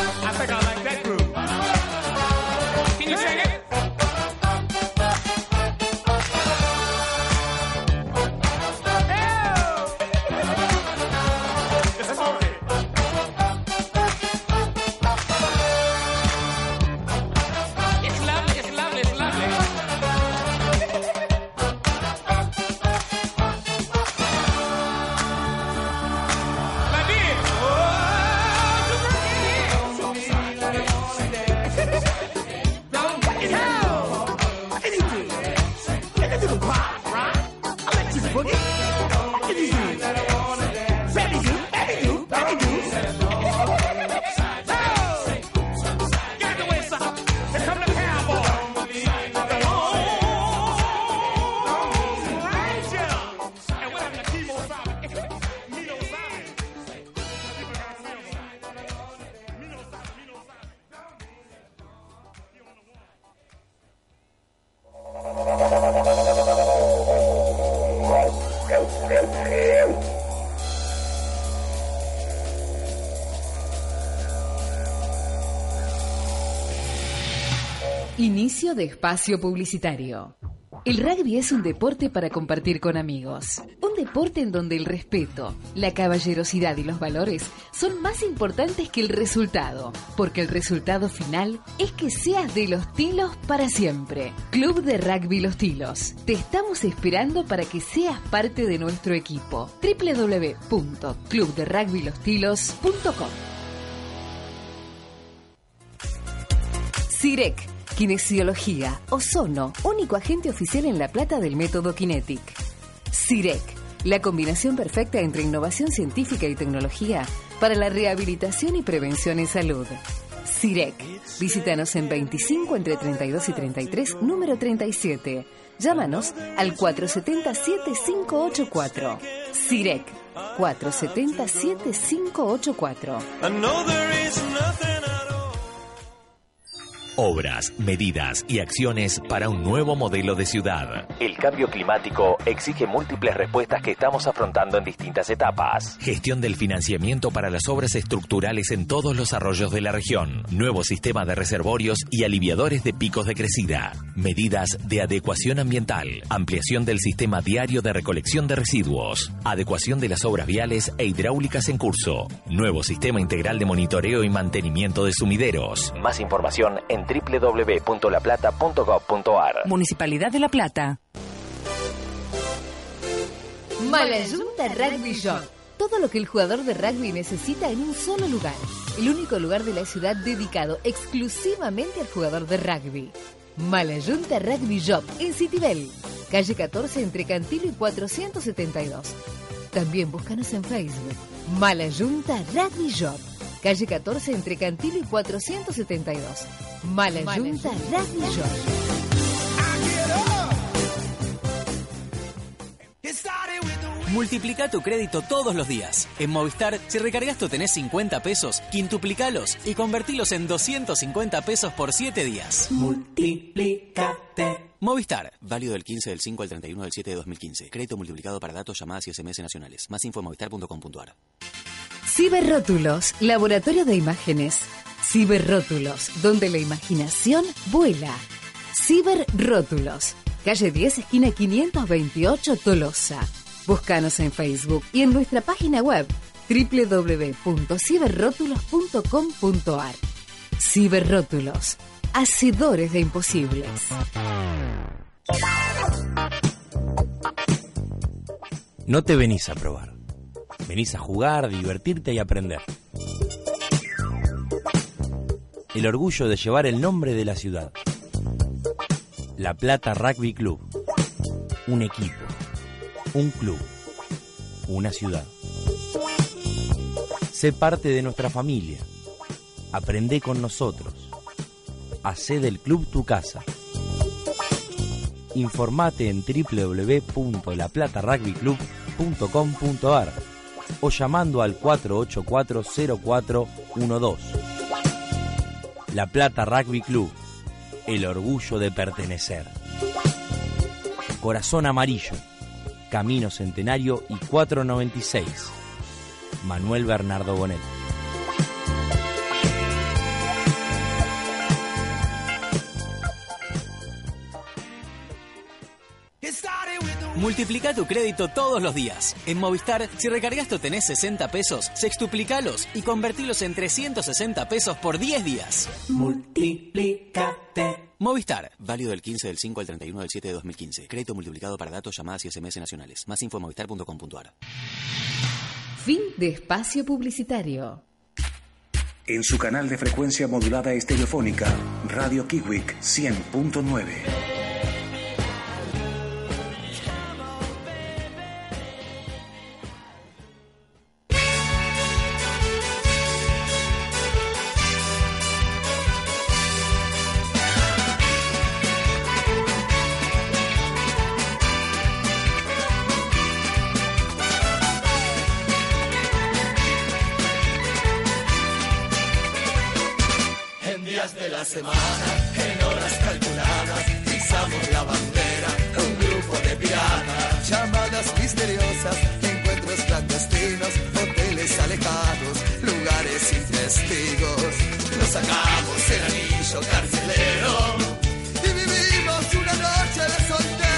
I think I like that groove. Can you sing it? Ew! It's funky. It's lovely, it's lovely, it's lovely. My dear, oh, to bring it Inicio de espacio publicitario. El rugby es un deporte para compartir con amigos. Un deporte en donde el respeto, la caballerosidad y los valores son más importantes que el resultado, porque el resultado final es que seas de los tilos para siempre. Club de Rugby Los Tilos. Te estamos esperando para que seas parte de nuestro equipo. www.clubderugbylostilos.com CIREC, Kinesiología, Ozono, único agente oficial en La Plata del método Kinetic. CIREC, la combinación perfecta entre innovación científica y tecnología para la rehabilitación y prevención en salud. CIREC, visítanos en 25 entre 32 y 33, número 37. Llámanos al 470-7584. CIREC, 470-7584. Obras, medidas y acciones para un nuevo modelo de ciudad. El cambio climático exige múltiples respuestas que estamos afrontando en distintas etapas. Gestión del financiamiento para las obras estructurales en todos los arroyos de la región. Nuevo sistema de reservorios y aliviadores de picos de crecida. Medidas de adecuación ambiental. Ampliación del sistema diario de recolección de residuos. Adecuación de las obras viales e hidráulicas en curso. Nuevo sistema integral de monitoreo y mantenimiento de sumideros. Más información en www.laplata.gov.ar. Municipalidad de La Plata. Malayunta Rugby Shop. Todo lo que el jugador de rugby necesita en un solo lugar. El único lugar de la ciudad dedicado exclusivamente al jugador de rugby. Malayunta Rugby Shop en Citibel. Calle 14 entre Cantilo y 472. También búscanos en Facebook. Malayunta Rugby Shop. Calle 14 entre Cantilo y 472. Malayunta Rugby Shop. Multiplica tu crédito todos los días. En Movistar, si recargas tu tenés 50 pesos, quintuplicalos y convertilos en 250 pesos por 7 días. Multiplicate. Movistar. Válido del 15 del 5 al 31 del 7 de 2015. Crédito multiplicado para datos, llamadas y SMS nacionales. Más info en movistar.com.ar. Ciberrótulos, laboratorio de imágenes. Ciberrótulos, donde la imaginación vuela. Ciberrótulos, calle 10, esquina 528, Tolosa. Búscanos en Facebook y en nuestra página web www.ciberrótulos.com.ar. Ciberrótulos, hacedores de imposibles. No te venís a probar. Venís a jugar, divertirte y aprender. El orgullo de llevar el nombre de la ciudad. La Plata Rugby Club. Un equipo. Un club. Una ciudad. Sé parte de nuestra familia. Aprende con nosotros. Hacé del club tu casa. Informate en www.laplatarugbyclub.com.ar o llamando al 484-0412. La Plata Rugby Club, el orgullo de pertenecer. Corazón Amarillo, Camino Centenario y 496. Manuel Bernardo Bonet. Multiplica tu crédito todos los días. En Movistar, si recargas tu tenés 60 pesos, sextuplicalos y convertilos en 360 pesos por 10 días. multiplícate. Movistar. Válido del 15 del 5 al 31 del 7 de 2015. Crédito multiplicado para datos, llamadas y SMS nacionales. Más info en movistar.com.ar. Fin de espacio publicitario. En su canal de frecuencia modulada estereofónica, Radio Kiwik 100.9. En días de la semana, en horas calculadas, pisamos la bandera, un grupo de piratas. Llamadas misteriosas, encuentros clandestinos, hoteles alejados, lugares sin testigos. Nos sacamos el anillo carcelero y vivimos una noche de soltero.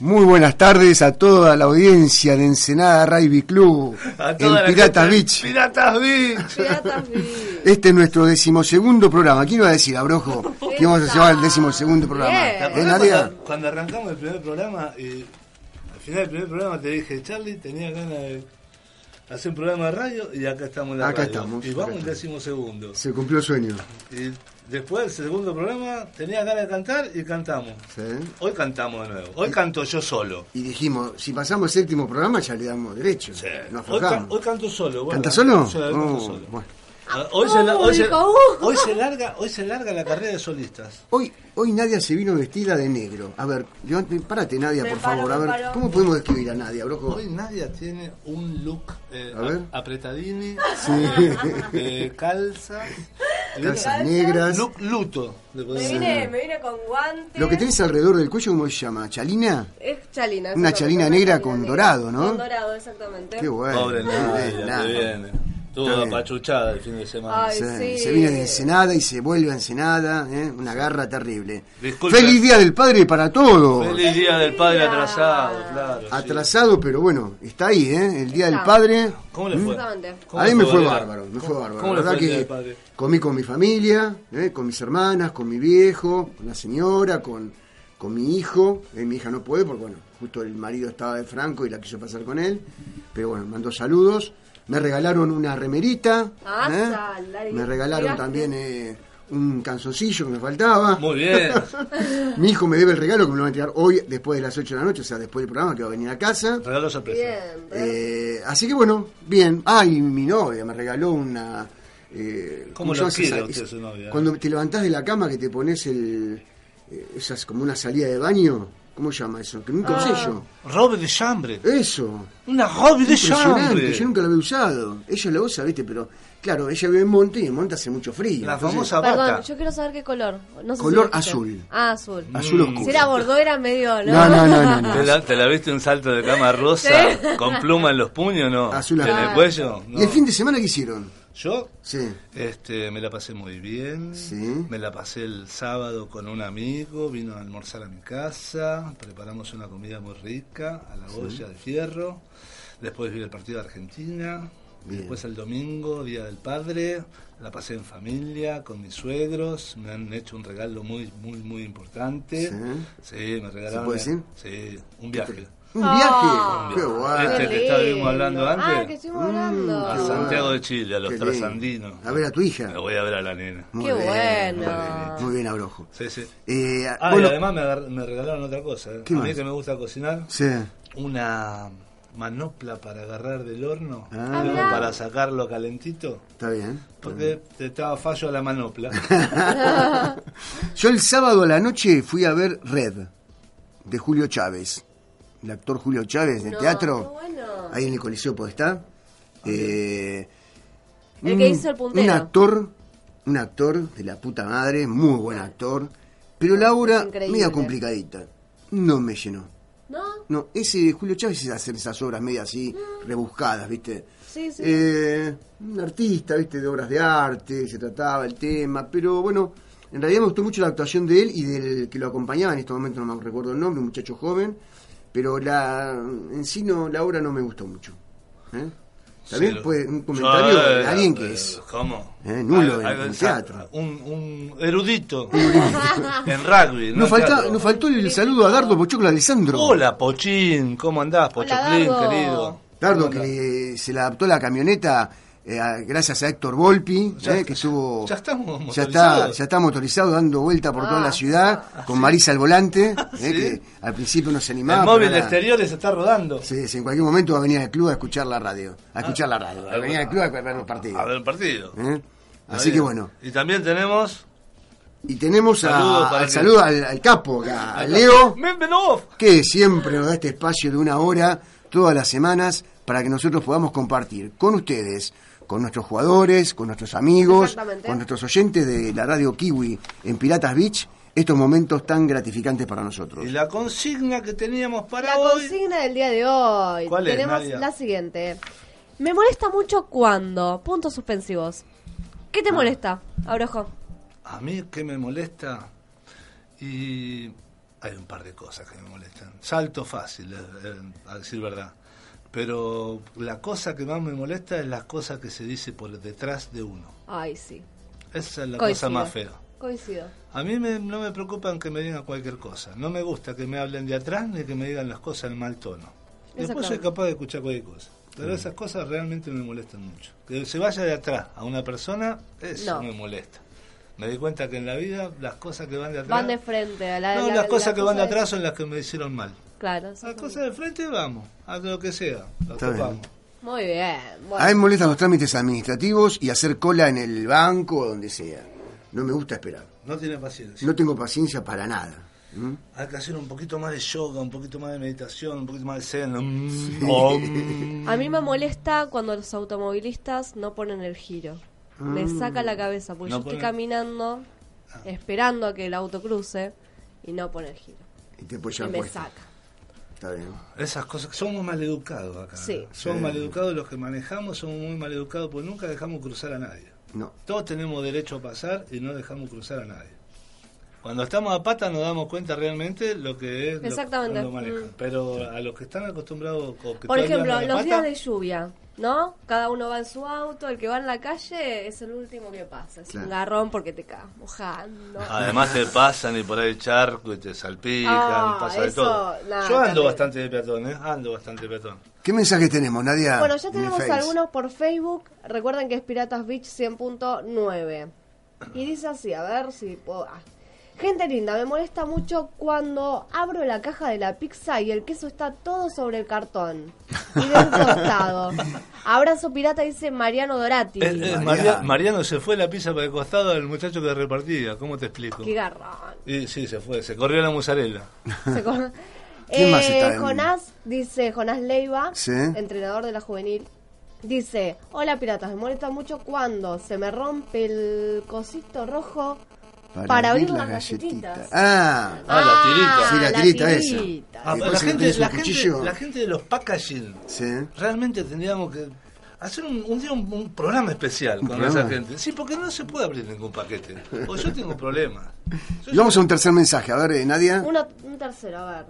Muy buenas tardes a toda la audiencia de Ensenada Rugby Club A toda en la Piratas gente de Beach. Piratas Beach. Este es nuestro decimosegundo programa. ¿Quién iba a decir, Abrojo, que vamos a llevar el decimosegundo programa? ¿Te ¿Eh, acordás Nadia? cuando, cuando arrancamos el primer programa, eh, al final del primer programa te dije, Charlie, tenía ganas de hacer un programa de radio y acá estamos en la Acá radio. estamos, Y acá vamos al estamos. décimo segundo. Se cumplió el sueño. Y después del segundo programa tenía ganas de cantar y cantamos. ¿sí? Hoy cantamos de nuevo. Hoy canto yo solo. Y dijimos, si pasamos el séptimo programa ya le damos derecho. Nos Hoy, ca- aflojamos. hoy canto solo. bueno. ¿Canta solo? Sí, hoy canto Oh, solo. bueno. Ah, Hoy se, la- ¿Cómo hoy se- dijo? uh. hoy se larga, hoy se larga la carrera de solistas. Hoy, hoy Nadia se vino vestida de negro. A ver, levante- párate Nadia, Me por paro, favor. A me ver, paro. ¿cómo podemos describir a Nadia, Abrojo? Hoy Nadia tiene un look eh, A ver. ap- apretadini, Sí. eh, calza, Calzas negras. look luto. le Me podemos vine, decir. me vine con guantes. Lo que tenés alrededor del cuello, ¿cómo se llama? ¿Chalina? Es chalina. eso Una es lo que chalina tengo, negra chalina con negra. dorado, ¿no? Con dorado, exactamente. Qué bueno. Pobre Muy Nadia, bien, que nada. viene. Estuvo Está bien. apachuchada el fin de semana. Ay, Se, sí. se viene de Ensenada y se vuelve a Ensenada, ¿eh? una garra terrible. Disculpe. Feliz Día del Padre para todos. Feliz día del padre atrasado, claro. sí. Atrasado, pero bueno, está ahí, ¿eh? El Día del Está. Padre. ¿Cómo le fue? Exactamente. ¿Cómo ¿Mm? A mí le me fue Valera? bárbaro, me fue bárbaro. ¿Cómo La le verdad fue el día del que padre? comí con mi familia, ¿eh? con mis hermanas, con mi viejo, con la señora, con, con mi hijo. Eh, mi hija no puede porque, bueno, justo el marido estaba de Franco y la quiso pasar con él. Pero bueno, mandó saludos. Me regalaron una remerita. Ah, ¿eh? salari- Me regalaron miraste. también eh, un canzoncillo que me faltaba. Muy bien. Mi hijo me debe el regalo que me lo van a entregar hoy después de las 8 de la noche, o sea, después del programa que va a venir a casa. Regalo sorpresa. Bien. Eh, así que bueno, bien. Ah, y mi novia me regaló una. eh, ¿Cómo se lo llama quiere esa- usted, es- su novia? Cuando te levantás de la cama que te pones el. eh, esas como una salida de baño. ¿Cómo se llama eso? Ah. Que nunca usé yo. Robe de chambre. Eso. Una robe de Impresionante, chambre. yo nunca lo había usado. Ella lo usa, viste, pero claro, ella vive en monte y en monte hace mucho frío. La Entonces, famosa Perdón, bata. yo quiero saber qué color. No sé Color si lo dijiste. azul. Ah, azul. Azul Mm. oscuro. Si era bordeaux era medio, ¿no? No, no, no, no, no. ¿Te la, te la viste un salto de cama rosa con pluma en los puños, no? Azul ¿En azul. el cuello? No. ¿Y el fin de semana qué hicieron? Yo Sí. este, me la pasé muy bien. Sí. Me la pasé el sábado con un amigo, vino a almorzar a mi casa, preparamos una comida muy rica a la olla de fierro. Después vi el partido de Argentina. Bien. Después el domingo, Día del Padre, la pasé en familia, con mis suegros, me han hecho un regalo muy, muy, muy importante. Sí. Sí, me regalaron. puede decir? Sí, un viaje. Un Ah. viaje. Un Qué viaje. guay. Este que lindo. estábamos hablando Ah, antes. Mm, que estuvimos hablando. A Qué Santiago bueno. de Chile, a los Qué trasandinos. lindo. A ver a tu hija. Me voy a ver a la nena. Muy Qué bien, bueno. Muy bien, Abrojo. Sí, sí. Eh, Ah, bueno, y además me, agar- me regalaron otra cosa. eh. ¿Qué a mí más? que me gusta cocinar, sí. una manopla para agarrar del horno, Ah. pero Habla. para sacarlo calentito, Está bien. porque Ah. te estaba fallo a la manopla. Yo el sábado a la noche fui a ver Red, de Julio Chávez. El actor Julio Chávez del No, teatro. qué bueno. Ahí en el Coliseo Podestá. Eh, El un- que hizo el puntero. Un actor, un actor de la puta madre, muy buen actor. Pero la obra, Increíble. media complicadita. No me llenó. ¿No? No, ese Julio Chávez es hacer esas obras medio así, Mm. rebuscadas, ¿viste? Sí, sí. Eh, un artista, ¿viste? De obras de arte, se trataba el tema, pero bueno, en realidad me gustó mucho la actuación de él y del que lo acompañaba, en este momento no me recuerdo el nombre, un muchacho joven, pero la en sí no, la obra no me gustó mucho. ¿eh? Sí, También lo- puede un comentario Yo, de eh, alguien que eh, es ¿Cómo? eh, nulo en, Algo- en algo- teatro. Un, un erudito en rugby. ¿no? Nos, falta- Claro. nos faltó el saludo a Dardo Pochocla de Sandro. Hola, Pochín. ¿Cómo andás, Pochoclín, Dardo. querido? Dardo que se le adaptó la camioneta eh, a- gracias a Héctor Volpi, Ya- eh, que estuvo Ya estamos ya está, motorizados. ya está motorizado dando vuelta por toda la ciudad con Marisa al volante, eh, que al principio no se animaba. El pero móvil de ahora- exteriores se está rodando. Sí, sí, en cualquier momento va a venir al club a escuchar la radio. A escuchar la radio. Va a Ah, venir al club a ver los partidos. A ver el partido. ¿eh? Está Así que bien. bueno. Y también tenemos. Y tenemos a- Saludo para al que- saludo al, al capo, a, a Leo, Membenov. que siempre nos da este espacio de una hora todas las semanas para que nosotros podamos compartir con ustedes, con nuestros jugadores, con nuestros amigos, Exactamente. con nuestros oyentes de la radio Kiwi en Piratas Beach, estos momentos tan gratificantes para nosotros. Y la consigna que teníamos para La hoy. consigna del día de hoy. ¿Cuál es, Tenemos Nadia? la siguiente. Me molesta mucho cuando. Puntos suspensivos. ¿Qué te molesta, Abrojo? A mí que me molesta y hay un par de cosas que me molestan. Salto fácil, eh, eh, a decir verdad. Pero la cosa que más me molesta es las cosas que se dice por detrás de uno. Ay, sí. Esa es la Coincido. cosa más fea. Coincido. A mí me- no me preocupan que me digan cualquier cosa. No me gusta que me hablen de atrás ni que me digan las cosas en mal tono. Después soy Exactamente. capaz de escuchar cualquier cosa. Pero esas cosas realmente me molestan mucho. Que se vaya de atrás a una persona, eso No. me molesta. Me di cuenta que en la vida las cosas que van de atrás... Van de frente a la. no, la- las la cosas que van de cosa atrás son las que me hicieron mal. Claro. Las cosas de frente vamos, a lo que sea. Lo Está bien. topamos. Muy bien. Bueno. A mí me molestan los trámites administrativos y hacer cola en el banco o donde sea. No me gusta esperar. No tiene paciencia. No tengo paciencia para nada. ¿Mm? Hay que hacer un poquito más de yoga, un poquito más de meditación, un poquito más de zen. Mm, om. A mí me molesta cuando los automovilistas no ponen el giro. Me Mm. saca la cabeza, porque No yo estoy ponen- caminando, esperando a que el auto cruce, y no pone el giro. Y te Pues puedes y llevar me puesto. saca. Está bien. Esas cosas que somos maleducados acá. ¿eh? Sí. Somos Sí. maleducados los que manejamos, somos muy maleducados porque nunca dejamos cruzar a nadie. No. Todos tenemos derecho a pasar y no dejamos cruzar a nadie. Cuando estamos a pata nos damos cuenta realmente lo que es lo- Exactamente. cuando manejan. Mm. Pero a los que están acostumbrados o que Por todavía ejemplo, andan a los días pata, de lluvia, ¿no? Cada uno va en su auto, el que va en la calle es el último que pasa. Es Claro. un garrón porque te cagas mojando. Además te pasan y por ahí el charco y te salpican, Ah, pasa de eso, todo. nada, Yo ando terrible. bastante de peatón, ¿eh? Ando bastante de peatón. ¿Qué mensajes tenemos, Nadia? Bueno, ya En el tenemos Ah, Face. algunos por Facebook. Recuerden que es Piratas Beach 100.9. Y dice así, a ver si puedo... ah. Gente linda, me molesta mucho cuando abro la caja de la pizza y el queso está todo sobre el cartón. Y de un costado. Abrazo pirata dice Mariano Dorati. Eh, eh, María- Mariano se fue la pizza para el costado del muchacho que repartía, ¿cómo te explico? Qué garrón. Y sí, se fue, se corrió la mozzarella. Ah, Se con- ¿Quién más Eh, está en- Jonás, dice Jonás Leiva, Sí. entrenador de la juvenil. Dice, hola piratas, me molesta mucho cuando se me rompe el cosito rojo para, abrir las galletitas. Ah, Ah, Sí, la, la tirita. La tirita, tirita. esa. Ah, Y la, después si no gente, tenés un la, gente, cuchillo, la gente de los packaging, sí. realmente tendríamos que hacer un, un día un, un programa especial ¿Un con programa? esa gente. Sí, porque no se puede abrir ningún paquete. O yo tengo problemas. Y vamos a un tercer mensaje. A ver, eh, Nadia. Uno- un tercero, a ver.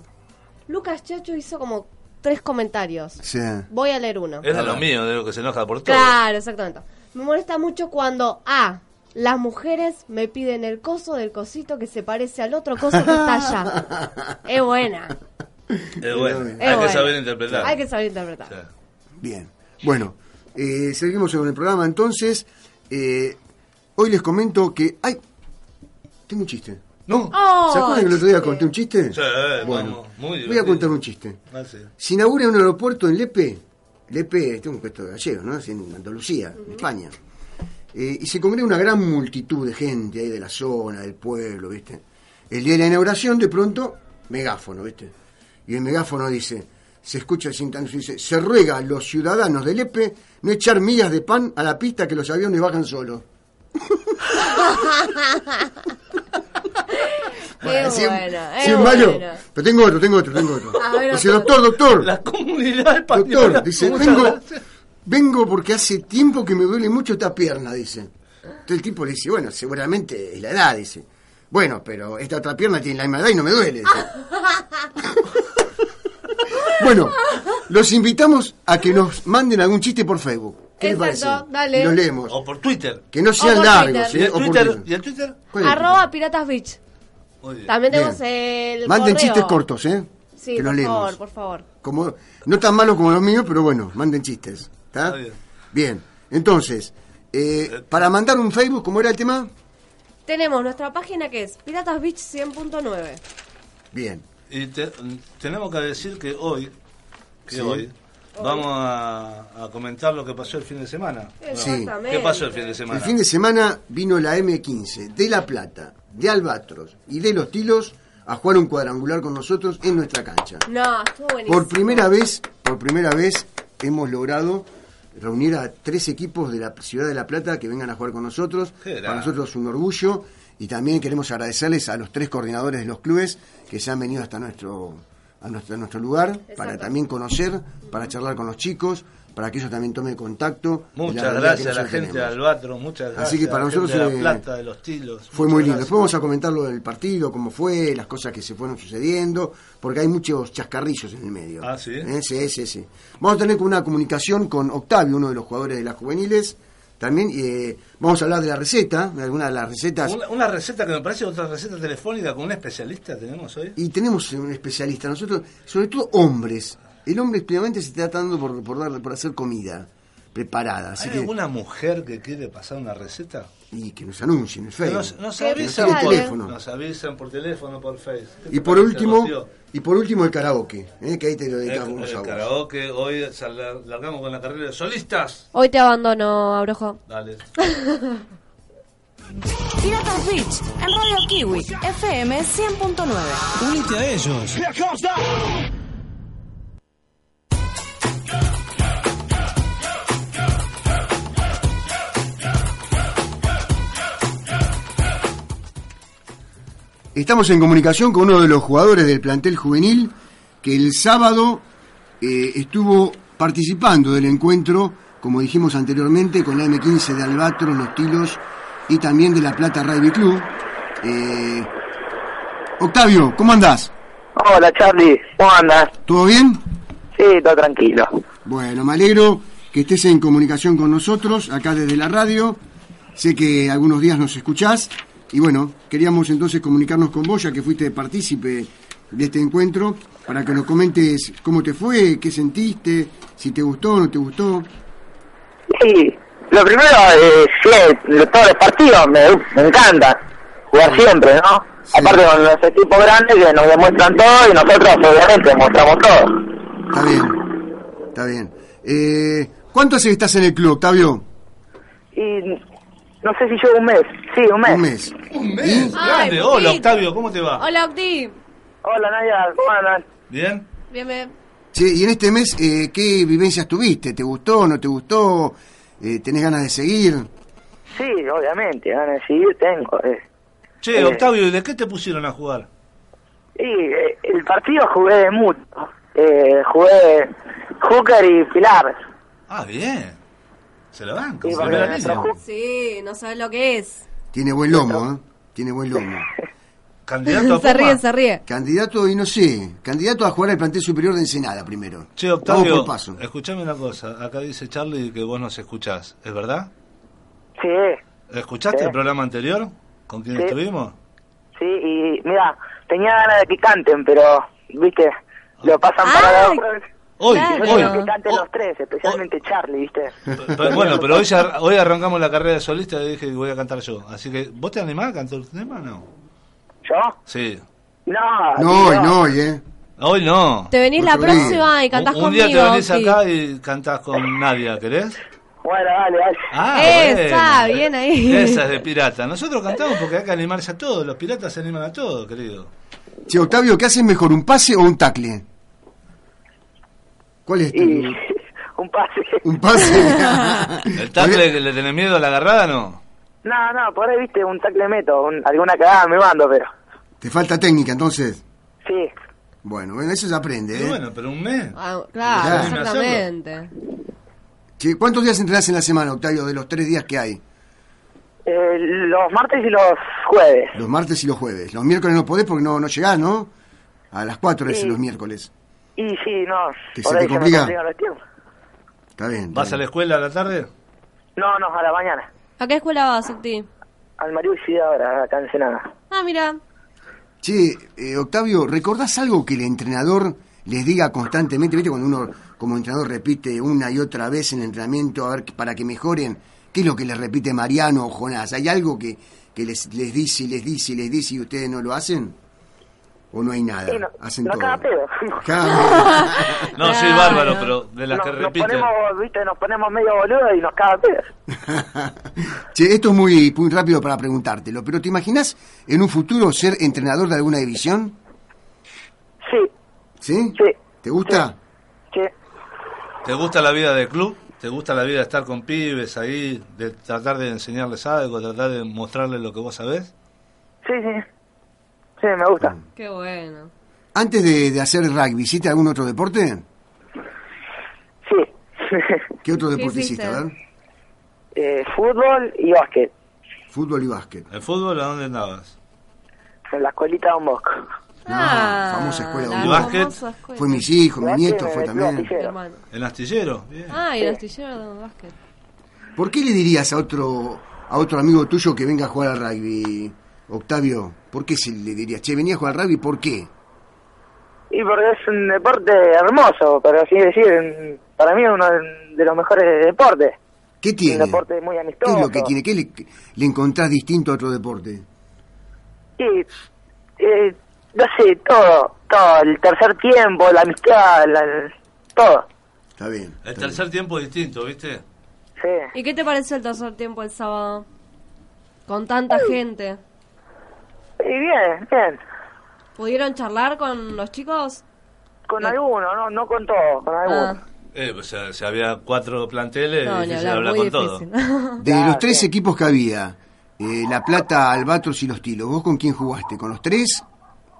Lucas Chacho hizo como tres comentarios. Sí. Voy a leer uno. Es de lo mío, de lo que se enoja por todo. Claro, exactamente. Me molesta mucho cuando A. Las mujeres me piden el coso del cosito que se parece al otro coso que está allá. es buena. Eh, bueno, Es hay que buena. saber interpretar. Hay que saber interpretar. Bien. Bueno, eh, seguimos con el programa entonces. Eh, hoy les comento que. ¡Ay! Tengo un chiste. ¿No? ¿Se acuerdan que el otro día conté un Oh, chiste? Sí, eh, Bueno, vamos, muy voy a divertido. contar un chiste. Ah, sí. Se inaugura un aeropuerto en Lepe, Lepe, este es un puesto gallego, ¿no? Es en Andalucía, en España. Eh, y se congrega una gran multitud de gente ahí de la zona, del pueblo, ¿viste? El día de la inauguración, de pronto, megáfono, ¿viste? Y el megáfono dice, se escucha el sintancio, dice, se ruega a los ciudadanos de Lepe no echar millas de pan a la pista que los aviones bajan solos. Qué sí, bueno, es Sí, Mario, Eh, bueno. Ah, pero tengo otro, tengo otro, tengo otro. A ver, dice, otro. doctor, doctor. La comunidad española. Doctor, dice, ¿Cómo vengo, sabrás? vengo porque hace tiempo que me duele mucho esta pierna, dice. Entonces el tipo le dice, bueno, seguramente es la edad, dice. Bueno, pero esta otra pierna tiene la misma edad y no me duele. dice. Bueno, los invitamos a que nos manden algún chiste por Facebook. ¿Qué les Exacto, parece? dale. Y los leemos. O por Twitter. Que no O sean por largos, Twitter. ¿eh? ¿Y el O por Twitter? Twitter. ¿Y el Twitter? ¿Cuál es? Arroba Piratas Beach. También tenemos el. Manden correo. chistes cortos, ¿eh? Sí, que los por leemos. favor, por favor. Como, no tan malos como los míos, pero bueno, manden chistes. ¿tá? Está bien. Bien, entonces, eh, para mandar un Facebook, ¿cómo era el tema? Tenemos nuestra página que es Piratas Beach 100.9. Bien. Y te- tenemos que decir que hoy, que Sí. hoy, vamos a, a comentar lo que pasó el fin de semana. Exactamente. ¿Qué pasó el fin de semana? El fin de semana vino la M15 de La Plata, de Albatros y de Los Tilos a jugar un cuadrangular con nosotros en nuestra cancha. No, estuvo buenísimo. Por primera vez, por primera vez hemos logrado reunir a tres equipos de la ciudad de La Plata que vengan a jugar con nosotros. Qué grande. Para nosotros es un orgullo y también queremos agradecerles a los tres coordinadores de los clubes que se han venido hasta nuestro a nuestro, a nuestro lugar para también conocer, para charlar con los chicos, para que ellos también tomen contacto. Y la Muchas realidad que gracias a la nosotros gente de tenemos. Albatros, muchas gracias. Así que para a la gente nosotros, de eh, la plata, de los tilos. Fue muchas muy lindo. gracias. Después vamos a comentar lo del partido, cómo fue, las cosas que se fueron sucediendo, porque hay muchos chascarrillos en el medio. Ah, ¿sí? Eh, Sí, sí, sí. Vamos a tener una comunicación con Octavio, uno de los jugadores de las juveniles. También y, eh, vamos a hablar de la receta, de alguna de las recetas. Una, una receta que me parece otra receta telefónica con un especialista tenemos hoy. Y tenemos un especialista, nosotros, sobre todo hombres. El hombre últimamente se está tratando por, por, dar, por hacer comida preparada. Así ¿Hay que, alguna mujer que quiere pasar una receta? y que nos anuncien en Facebook. Nos, nos que nos avisan tiren por teléfono. Nos avisan por teléfono, por Face. ¿Qué Y te por parece, último, Rocío? y por último el karaoke, eh, que ahí te lo Eh, dedicamos el a vos. karaoke, hoy sal- largamos con la carrera de solistas. Hoy te abandono, Abrojo. Dale. Piratas Beach en Radio Kiwi FM 100.9. Unite a ellos. Estamos en comunicación con uno de los jugadores del plantel juvenil que el sábado eh, estuvo participando del encuentro, como dijimos anteriormente, con la M15 de Albatros, Los Tilos y también de La Plata Rugby Club. Eh, Octavio, ¿cómo andás? Hola Charlie, ¿cómo andas? ¿Todo bien? Sí, todo tranquilo. Bueno, me alegro que estés en comunicación con nosotros, acá desde la radio. Sé que algunos días nos escuchás. Y bueno, queríamos entonces comunicarnos con vos, ya que fuiste partícipe de este encuentro, para que nos comentes cómo te fue, qué sentiste, si te gustó o no te gustó. Sí, lo primero, eh, sí, lo- todos los partidos me, me encanta jugar siempre, ¿no? Aparte con los equipos grandes que nos demuestran todo y nosotros obviamente demostramos todo. Está bien, está bien. Eh, ¿Cuánto hace que estás en el club, Octavio? Y no sé si yo un mes, sí, un mes. Un mes. Un mes. Grande. Hola, Octavio, ¿cómo te va? Hola, Octi. Hola, Nadia, ¿cómo andas? ¿Bien? Bien, bien. Sí, y en este mes, eh, ¿qué vivencias tuviste? ¿Te gustó, no te gustó? Eh, ¿Tenés ganas de seguir? Sí, obviamente, van a seguir, tengo. eh. Che, Eh, Octavio, ¿y de qué te pusieron a jugar? Sí, eh, el partido jugué de mucho. Eh, jugué Hooker y Pilar. Ah, bien. Se la banca. Sí, se porque la nuestro banca. Sí, no sabes lo que es. Tiene buen lomo, ¿eh? Tiene buen lomo. Candidato a se Puma. ríe, se ríe. Candidato, y no sé, candidato a jugar al plantel superior de Ensenada primero. Che, Vamos Octavio, por paso. escuchame una cosa. Acá dice Charlie que vos nos escuchás, ¿es verdad? Sí, ¿Escuchaste Sí. el programa anterior? ¿Con quién Sí. estuvimos? sí, y mira, tenía ganas de que canten, pero, viste, lo pasan para los jueves. Hoy, Yo hoy. quiero que canten los tres, especialmente Oh. Charlie, viste. Pero bueno, pero hoy, ya- hoy arrancamos la carrera de solista y dije que voy a cantar yo. Así que, ¿vos te animás a cantar tu tema o no? ¿Yo? Ah, Sí. No, No, y no, y, eh. Hoy no. Te venís la Otro día. próxima y cantás un, un conmigo. día te venís Octi. acá y cantás con Nadia, ¿querés? Bueno, dale, dale. Ah, Eh, bueno. está bien ahí. Esa es de pirata. Nosotros cantamos porque hay que animarse a todo. Los piratas se animan a todo, querido. Che, Octavio, ¿qué haces mejor, un pase o un tackle? ¿Cuál es tu...? Un pase. Un pase. ¿El tackle que le tenés miedo a la agarrada no? No, no, por ahí, viste, un tacle meto, un- alguna cagada me mando, pero, ¿Te falta técnica entonces? sí. Bueno, bueno, eso se aprende, Y ¿eh? bueno, pero un mes. Ah, Mirá. claro, Déjame hacerlo. exactamente. Che, ¿Cuántos días entrenás en la semana, Octavio, de los tres días que hay? Eh, los martes y los jueves. Los martes y los jueves. Los miércoles no podés porque no, no llegás, ¿no? A las cuatro es Sí. los miércoles. Y sí, no. ¿Te- por se te ahí me complica? complican los tiempos. Está bien. ¿Vas a la escuela a la tarde? No, no, a la mañana. ¿A qué escuela vas, Octi? Al Mariucci ahora, acá en Senada. Ah, mira. Che, eh, Octavio, ¿recordás algo que el entrenador les diga constantemente? ¿Viste cuando uno como entrenador repite una y otra vez en el entrenamiento a ver que- para que mejoren? ¿Qué es lo que les repite Mariano o Jonás? ¿Hay algo que, que les, les dice y les dice y les dice y ustedes no lo hacen? ¿O no hay nada? Sí, no, Hacen no todo. cada pedo. Cada- No, soy Claro. bárbaro, pero de las nos, que nos repiten. ponemos, viste, nos ponemos medio boludo y nos caga pedo. Che, esto es muy, muy rápido para preguntártelo, pero ¿te imaginas en un futuro ser entrenador de alguna división? Sí. ¿Sí? ¿Te gusta? ¿Te gusta la vida de club? ¿Te gusta la vida de estar con pibes ahí, de tratar de enseñarles algo, tratar de mostrarles lo que vos sabés? Sí, sí. Sí, me gusta. Mm. Qué bueno. Antes de, de hacer rugby, ¿hiciste algún otro deporte? Sí. ¿Qué otro ¿Qué deporte hiciste? hiciste? A ver. Eh, fútbol y básquet. Fútbol y básquet. ¿El fútbol a dónde andabas? En la escuelita de un bosco. Ah, famosa escuela. la de básquet? básquet. Fue mis hijos, mi Básquet eh, nieto me fue metió también. astillero. ¿En astillero? Bien. Ah, y el astillero de básquet. ¿Por qué le dirías a otro a otro amigo tuyo que venga a jugar al rugby, Octavio? ¿Por qué se le dirías, che, venía a jugar al rugby, ¿por qué? Y porque es un deporte hermoso, pero así decir, para mí es uno de los mejores deportes. ¿Qué tiene? Un deporte muy ¿Qué amistoso. es lo que tiene? ¿Qué le, le encontrás distinto a otro deporte? Sí, eh, no sé, todo, todo, el tercer tiempo, la amistad, la- todo. Está bien. El tercer tiempo es distinto, ¿viste? ¿Y qué te pareció el tercer tiempo el sábado? Con tanta gente. Mm. Y bien, bien. ¿Pudieron charlar con los chicos? Con alguno, no, no con todos, con alguno. Eh, o sea, si había cuatro planteles, No, ni difícil hablar, hablar muy con difícil. todos. De los tres equipos que había, eh, La Plata, Albatros y Los Tilos, ¿vos con quién jugaste? ¿Con los tres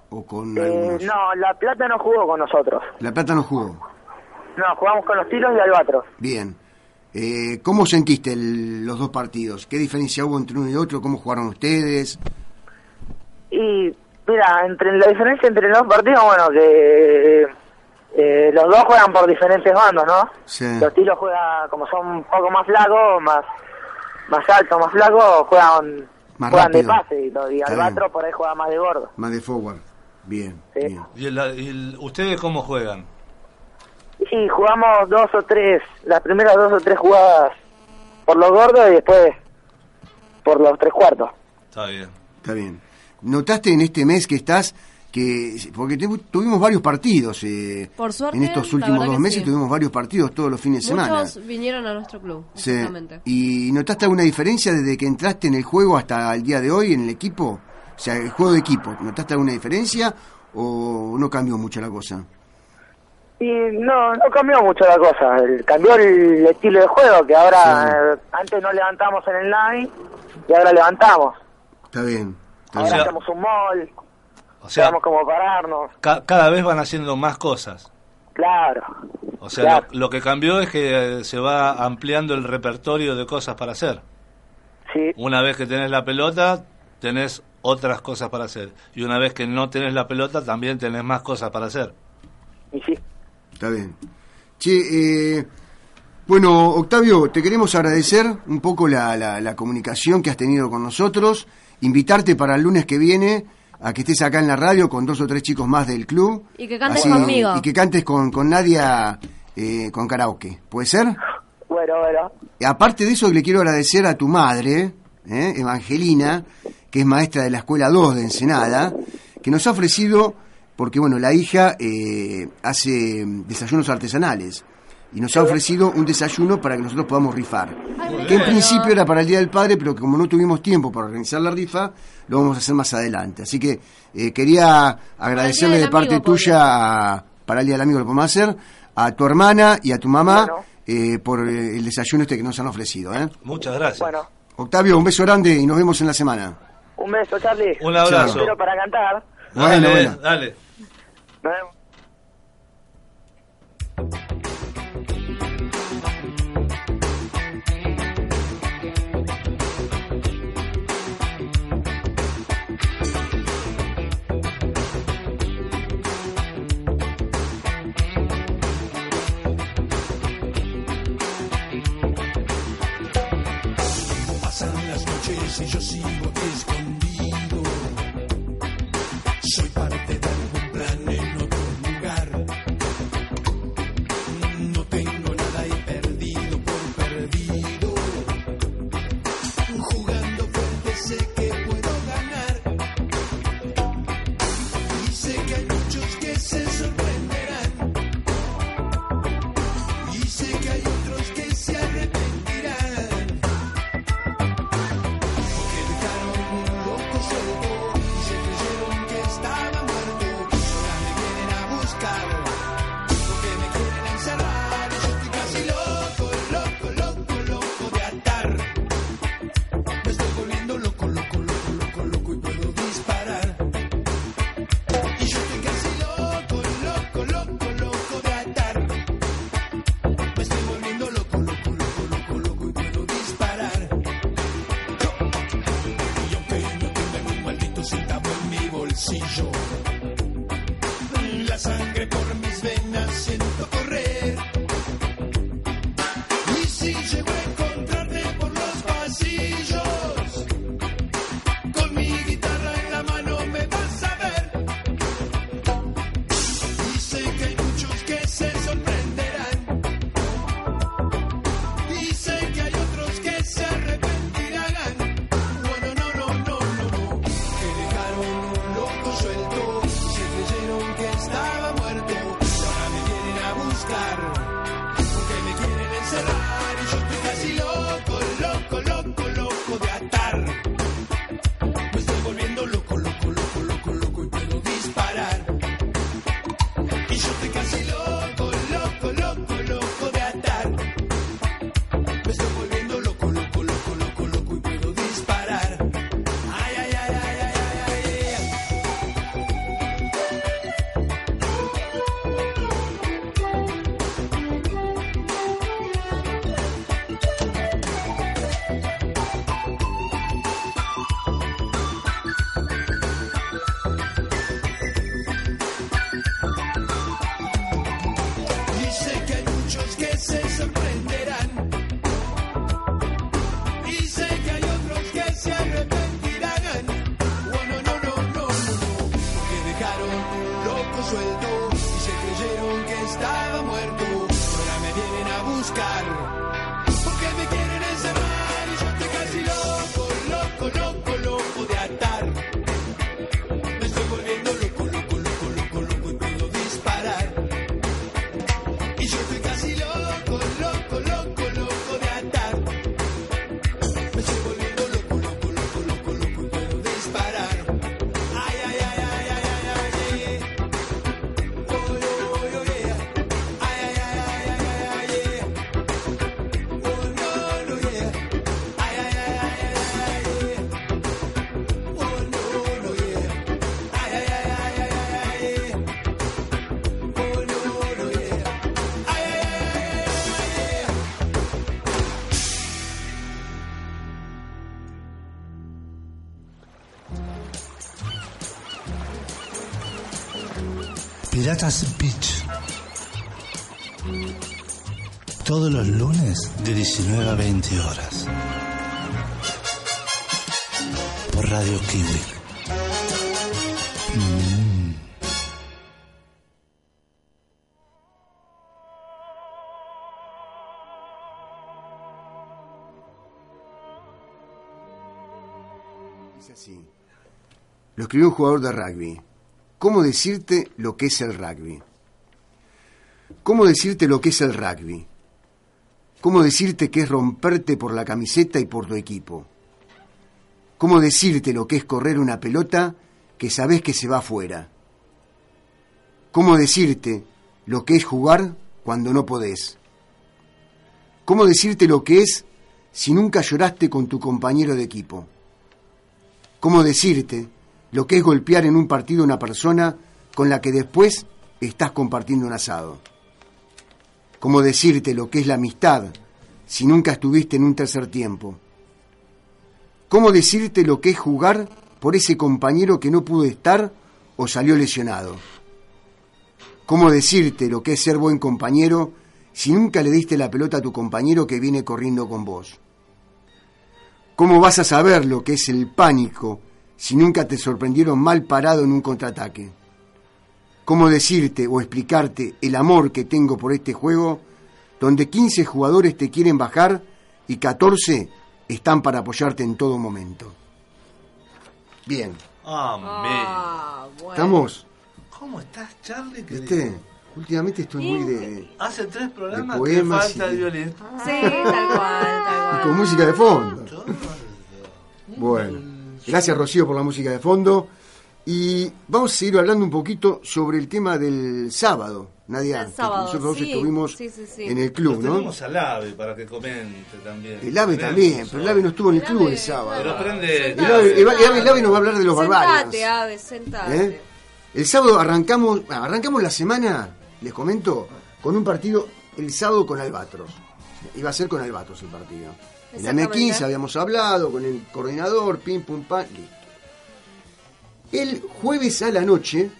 o con Eh, algunos? no, La Plata no jugó con nosotros. La Plata no jugó. No, jugamos con los tiros y Albatros. Bien. Eh, ¿Cómo sentiste el- los dos partidos? ¿Qué diferencia hubo entre uno y otro? ¿Cómo jugaron ustedes? Y mira, entre la diferencia entre los partidos, bueno, que eh, los dos juegan por diferentes bandos, ¿no? Sí. Los tiros juegan, como son un poco más flacos, más más altos, más flacos, juegan, Más juegan de rápido. pase y, todo, y Está Albatro por ahí juega más de gordo. Más de forward. Bien. ¿sí? ¿Y, el- y el- ustedes cómo juegan? Y jugamos dos o tres, las primeras dos o tres jugadas por los gordos y después por los tres cuartos. Está bien. Está bien. ¿Notaste en este mes que estás que porque tu- tuvimos varios partidos eh, Por suerte, en estos la últimos verdad dos que meses sí. tuvimos varios partidos todos los fines de semana. Muchos vinieron a nuestro club, Sí. exactamente. ¿Y notaste alguna diferencia desde que entraste en el juego hasta el día de hoy en el equipo? O sea, el juego de equipo. ¿Notaste alguna diferencia o no cambió mucho la cosa? Y no, no cambió mucho la cosa. El- cambió el estilo de juego, que ahora eh, antes no levantamos en el line y ahora levantamos. Está bien. Ahora O sea- hacemos un mall, O sea, sabemos cómo pararnos. ca- cada vez van haciendo más cosas. Claro, O sea, Claro. lo, lo que cambió es que eh, se va ampliando el repertorio de cosas para hacer. Una vez que tenés la pelota, tenés otras cosas para hacer. Y una vez que no tenés la pelota, también tenés más cosas para hacer. Está bien. Che, eh, bueno, Octavio, te queremos agradecer un poco la, la- la comunicación que has tenido con nosotros, invitarte para el lunes que viene a que estés acá en la radio con dos o tres chicos más del club. Y que cantes Así, conmigo. Y que cantes con, con Nadia eh, con karaoke. ¿Puede ser? bueno, bueno. Y aparte de eso, le quiero agradecer a tu madre, eh, Evangelina, que es maestra de la Escuela 2 de Ensenada, que nos ha ofrecido, porque bueno, la hija eh, hace mm, desayunos artesanales, y nos ha ofrecido un desayuno para que nosotros podamos rifar. Que en principio era para el Día del Padre, pero que como no tuvimos tiempo para organizar la rifa, lo vamos a hacer más adelante. Así que eh, quería agradecerle del de parte Amigo, tuya a- para el Día del Amigo lo podemos hacer, a tu hermana y a tu mamá eh, por eh, el desayuno este que nos han ofrecido. ¿eh? Muchas gracias. Bueno, Octavio, un beso grande y nos vemos en la semana. un beso, Charlie. Un abrazo. Te espero para cantar. Bueno, dale, bueno. dale. Nos vemos. Thank si yo sigo escondido. Soy parte de algún plan en otro lugar. No tengo nada y perdido por perdido. Jugando fuerte sé que puedo ganar. Y sé que hay muchos que se sorprenderán. Y sé que hay otros que se arrepentirán. Que dejaron loco suelto y se creyeron que estaba muerto. Ahora me vienen a buscar porque me quieren encerrar. Yo estoy casi loco, loco, loco, loco de atar. Me estoy volviendo loco, loco, loco, loco, loco y puedo disparar. Y yo estoy casi loco, loco, loco, loco de atar. Me estoy volviendo loco, loco, loco, loco, loco y puedo disparar. Y aunque no tenga ni un maldito centavo en mi bolsillo, la sangre por mis venas siento correr. Y si llego a encontrarme por los pasillos, con mi guitarra en la mano me vas a ver. Y sé que hay muchos que se sorprenderán. Y sé que hay otros que se arrepentirán. No, no, no, no, no, no. Que dejaron un loco suelto. Se creyeron que estaba muerto. Ahora me vienen a buscar. Porque me quieren encerrar. Y yo estoy casi loco, loco, loco, loco de atar. Me estoy volviendo loco, loco, loco, loco, loco y puedo disparar. Y yo estoy casi loco, loco, loco, loco de atar. Me estoy volviendo loco, loco, loco, loco, loco y puedo disparar. Ay, ay, ay, ay, ay, ay, ay. Y sé que hay muchos que se sorprenderán. Y sé que hay otros que se arrepentirán. Bueno, no, no, no, no, no. Que dejaron un loco suelto y se creyeron que estaba muerto. Ahora me vienen a buscar. Porque me quieren encerrar y yo estoy casi loco, loco, loco, loco de atar. Me estoy volviendo loco, loco, loco, loco, loco y puedo disparar. Y yo estoy casi loco, loco, loco, loco de atar. Me estoy volviendo loco, loco, loco, loco, loco y puedo disparar. Ay, ay, ay, ay, ay, ay, ay, ay, ay. Oh, oh, oh, oh, yeah. Ay, ay, ay, ay, ay, ay, ay, yeah. Oh, no, no, yeah. Ay, ay, ay, ay, ay, ay, yeah. Oh, no, no, yeah. Ay, ay, ay, ay, ay, ay, yeah. Oh, no, no, yeah. Ay, ay, ay, ay, ay, ay, yeah. Piratas Beach. Todos los lunes de 19 a 20 horas. Por Radio Kiwi. Mm. Dice así. Lo escribió un jugador de rugby. ¿Cómo decirte lo que es el rugby? ¿Cómo decirte lo que es el rugby? ¿Cómo decirte que es romperte por la camiseta y por tu equipo? ¿Cómo decirte lo que es correr una pelota que sabes que se va afuera? ¿Cómo decirte lo que es jugar cuando no podés? ¿Cómo decirte lo que es si nunca lloraste con tu compañero de equipo? ¿Cómo decirte lo que es golpear en un partido a una persona con la que después estás compartiendo un asado? ¿Cómo decirte lo que es la amistad si nunca estuviste en un tercer tiempo? ¿Cómo decirte lo que es jugar por ese compañero que no pudo estar o salió lesionado? ¿Cómo decirte lo que es ser buen compañero si nunca le diste la pelota a tu compañero que viene corriendo con vos? ¿Cómo vas a saber lo que es el pánico si nunca te sorprendieron mal parado en un contraataque? ¿Cómo decirte o explicarte el amor que tengo por este juego donde 15 jugadores te quieren bajar y 14 están para apoyarte en todo momento? Bien, Ah, bueno. ¿estamos? ¿Cómo estás, Charlie? Que ¿Viste? Últimamente estoy muy de... Hace tres programas De que poemas falta y- el violín. Sí, tal cual, tal cual. y con música de fondo. Bueno, gracias Rocío por la música de fondo. Y vamos a seguir hablando un poquito sobre el tema del sábado, Nadia. El que sábado, nosotros sí, estuvimos sí, sí, sí. en el club, Lo ¿no? Tenemos al AVE para que comente también. El AVE Tenemos, también, pero el AVE no estuvo en el club el Pero sábado. prende. El AVE, el AVE- el AVE nos va a hablar de los barbarios. Sentate, Ave, sentate. ¿eh? El sábado arrancamos, ah, arrancamos la semana, les comento, con un partido el sábado con Albatros. Iba a ser con Albatros el partido. En la Exactamente. M15 habíamos hablado con el coordinador, pim, pum, pam, listo. El jueves a la noche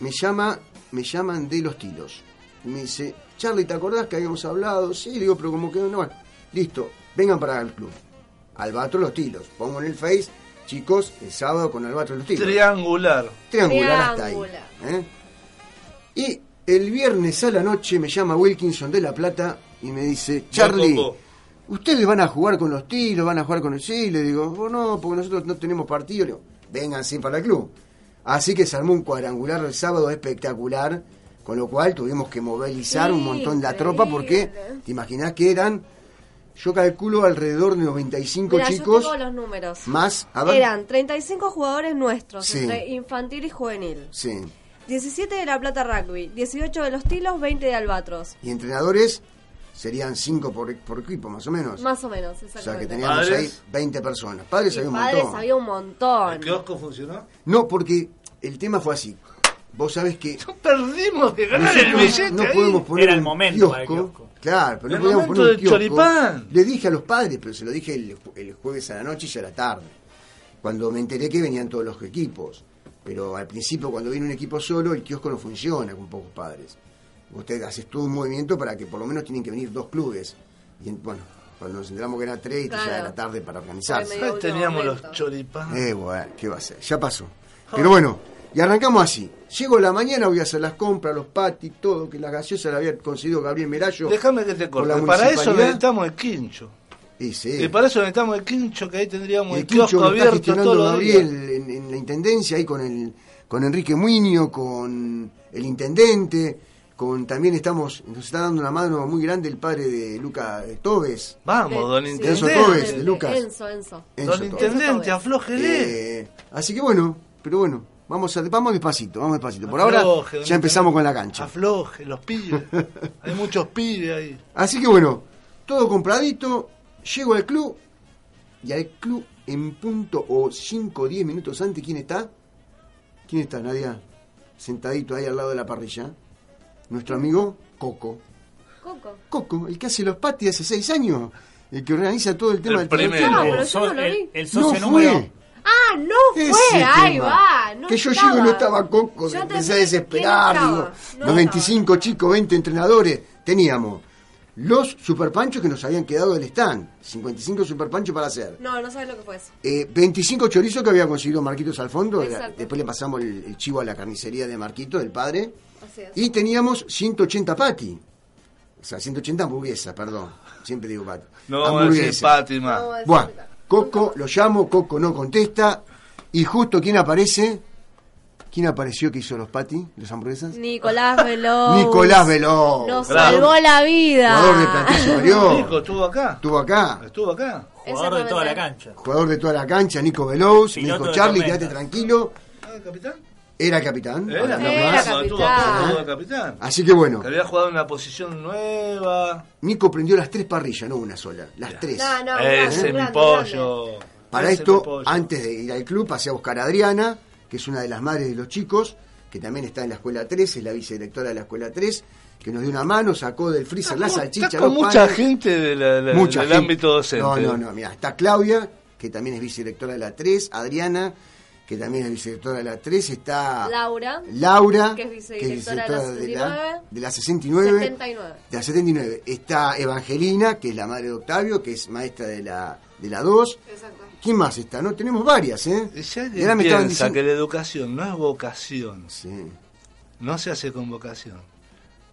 me llama, me llaman de los tilos. Y me dice, Charlie, ¿te acordás que habíamos hablado? Sí, le digo, pero como que no, bueno, listo, vengan para el club. Albatros los tilos. Pongo en el Face, chicos, el sábado con Albatros los tilos Triangular. triangular hasta ahí. ¿eh? Y el viernes a la noche me llama Wilkinson de La Plata y me dice, Charlie, Tocó. ustedes van a jugar con los tilos, van a jugar con el sí. Le digo, "Oh, no, porque nosotros no tenemos partido. Le digo, vénganse para el club. Así que se armó un cuadrangular el sábado espectacular, con lo cual tuvimos que movilizar un montón la tropa porque te imaginás que eran, yo calculo alrededor de 95 Mira, chicos, yo tengo los números. más, a ver, Eran 35 jugadores nuestros, Sí. entre infantil y juvenil. sí, 17 de La Plata Rugby, 18 de Los Tilos, 20 de Albatros. y entrenadores serían 5 por, por equipo más o menos. Más o menos, O sea que exactamente. teníamos ahí Padres. 20 personas. Padres Y había un padres montón. había un montón. ¿Kiosco funcionó? No, porque el tema fue así. Vos sabés que Perdimos de ganar el nosotros billete. no ahí. podemos poner un kiosco. Claro, pero El no podíamos momento poner un del kiosco. choripán. Le dije a los padres, pero se lo dije el, el jueves a la noche y ya a la tarde. Cuando me enteré que venían todos los equipos. Pero al principio, cuando viene un equipo solo, el kiosco no funciona con pocos padres. Usted hace todo un movimiento para que por lo menos tienen que venir dos clubes. Y en- bueno, cuando nos enteramos que eran tres, ya Claro. era tarde para organizarse. Ahí teníamos los choripanes. Eh, bueno, ¿qué va a ser? Ya pasó. Pero bueno, y arrancamos así. Llego a la mañana, voy a hacer las compras, los patis, todo, que la gaseosa la había conseguido Gabriel Merallo. Déjame que te Con corte. la Para eso municipalidad. necesitamos el quincho. Y sí. Y para eso necesitamos el quincho, que ahí tendríamos el, el kiosco quincho lo está abierto todos gestionando los días. Gabriel en, en la intendencia, ahí con el con Enrique Muño, con el intendente, con también estamos, nos está dando una mano muy grande el padre de Luca eh, Tobes. Vamos, don sí. Intendente. Enzo Tobes, de Lucas. Enzo, Enzo. Enzo Don Tobes. Intendente, aflojele. Eh, así que bueno, pero bueno, vamos a, vamos despacito, vamos despacito. Por ahora Afloje, don ya empezamos con la cancha. Afloje, los pibes. Hay muchos pibes ahí. Así que bueno, todo compradito, llego al club y al club en punto o 5 o 10 minutos antes, ¿quién está? ¿Quién está, Nadia? Sentadito ahí al lado de la parrilla. Nuestro amigo Coco. Coco. Coco, el que hace los patis hace 6 años, el que organiza todo el tema del primero. torneo. No, pero yo no lo vi. el No socio fue. número. Ah, no fue, Ese ahí tema. va. No que yo estaba. llego y no estaba Coco, Yo empecé a también, desesperar. ¿quién estaba? digo, No los 25 chicos, 20 entrenadores. Teníamos los superpanchos que nos habían quedado del stand. 55 superpanchos para hacer. No, no sabes lo que fue eso. Eh, 25 chorizos que había conseguido Marquitos al fondo. era- Exacto. después le pasamos el, el chivo a la carnicería de Marquito, del padre. Así es. Y teníamos 180 pati. O sea, 180 hamburguesas, perdón. Siempre digo pati. No vamos a decir pati más. No vamos a decir Buah, Coco, lo llamo, Coco no contesta. Y justo, ¿quién aparece? ¿Quién apareció que hizo los pati, las hamburguesas? Nicolás Veloz. Nicolás Veloz. Nos Claro. salvó la vida. Jugador de plantel superior. Nico, estuvo acá. Estuvo acá. Estuvo acá. Jugador de toda la cancha. Jugador de toda la cancha, Nico Veloz. Piloto Nico de Charlie, tormentas. quédate tranquilo. Ah, capitán. Era capitán. Era, ahora no capitán. más. Cuando estuvo acá, Ajá. estuvo de capitán. Así que bueno. Que había jugado en una posición nueva. Nico prendió las tres parrillas, no una sola, las tres. No, no, Ese grande, es mi grande, pollo. Para Ese mi esto, pollo. antes de ir al club, pasé a buscar a Adriana, que es una de las madres de los chicos, que también está en la escuela 3, es la vicedirectora de la escuela 3, que nos dio una mano, sacó del freezer la salchicha. Está con los mucha panes. gente de la- la- Mucha del gente. ámbito docente. No, no, no, mira, está Claudia, que también es vicedirectora de la 3, Adriana, que también es vicedirectora de la 3, está Laura. Laura, Que es vicedirectora de de la, la de la 69. 69. De la 79 está Evangelina, que es la madre de Octavio, que es maestra de la de la 2. ¿Quién más está? No, tenemos varias, ¿eh? Si Y ahora alguien me estaban piensa diciendo- que la educación no es vocación, no se hace con vocación.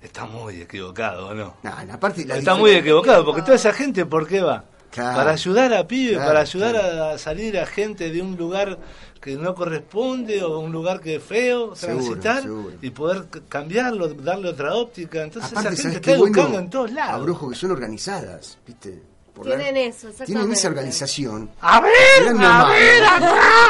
Está muy equivocado, ¿o ¿no? aparte, la Está difer- muy equivocado, porque toda esa gente, ¿por qué va? Claro. Para ayudar a pibes, Claro, para ayudar a salir a gente de un lugar que no corresponde o un lugar que es feo, Seguro, transitar seguro. y poder c- cambiarlo, darle otra óptica. Entonces Aparte, esa gente ¿sabes está qué bueno? educando en todos lados. Abrojo que son organizadas, ¿viste? Por la- Tienen eso, tienen exactamente. esa organización. A ver, Mirá a nomás. ver,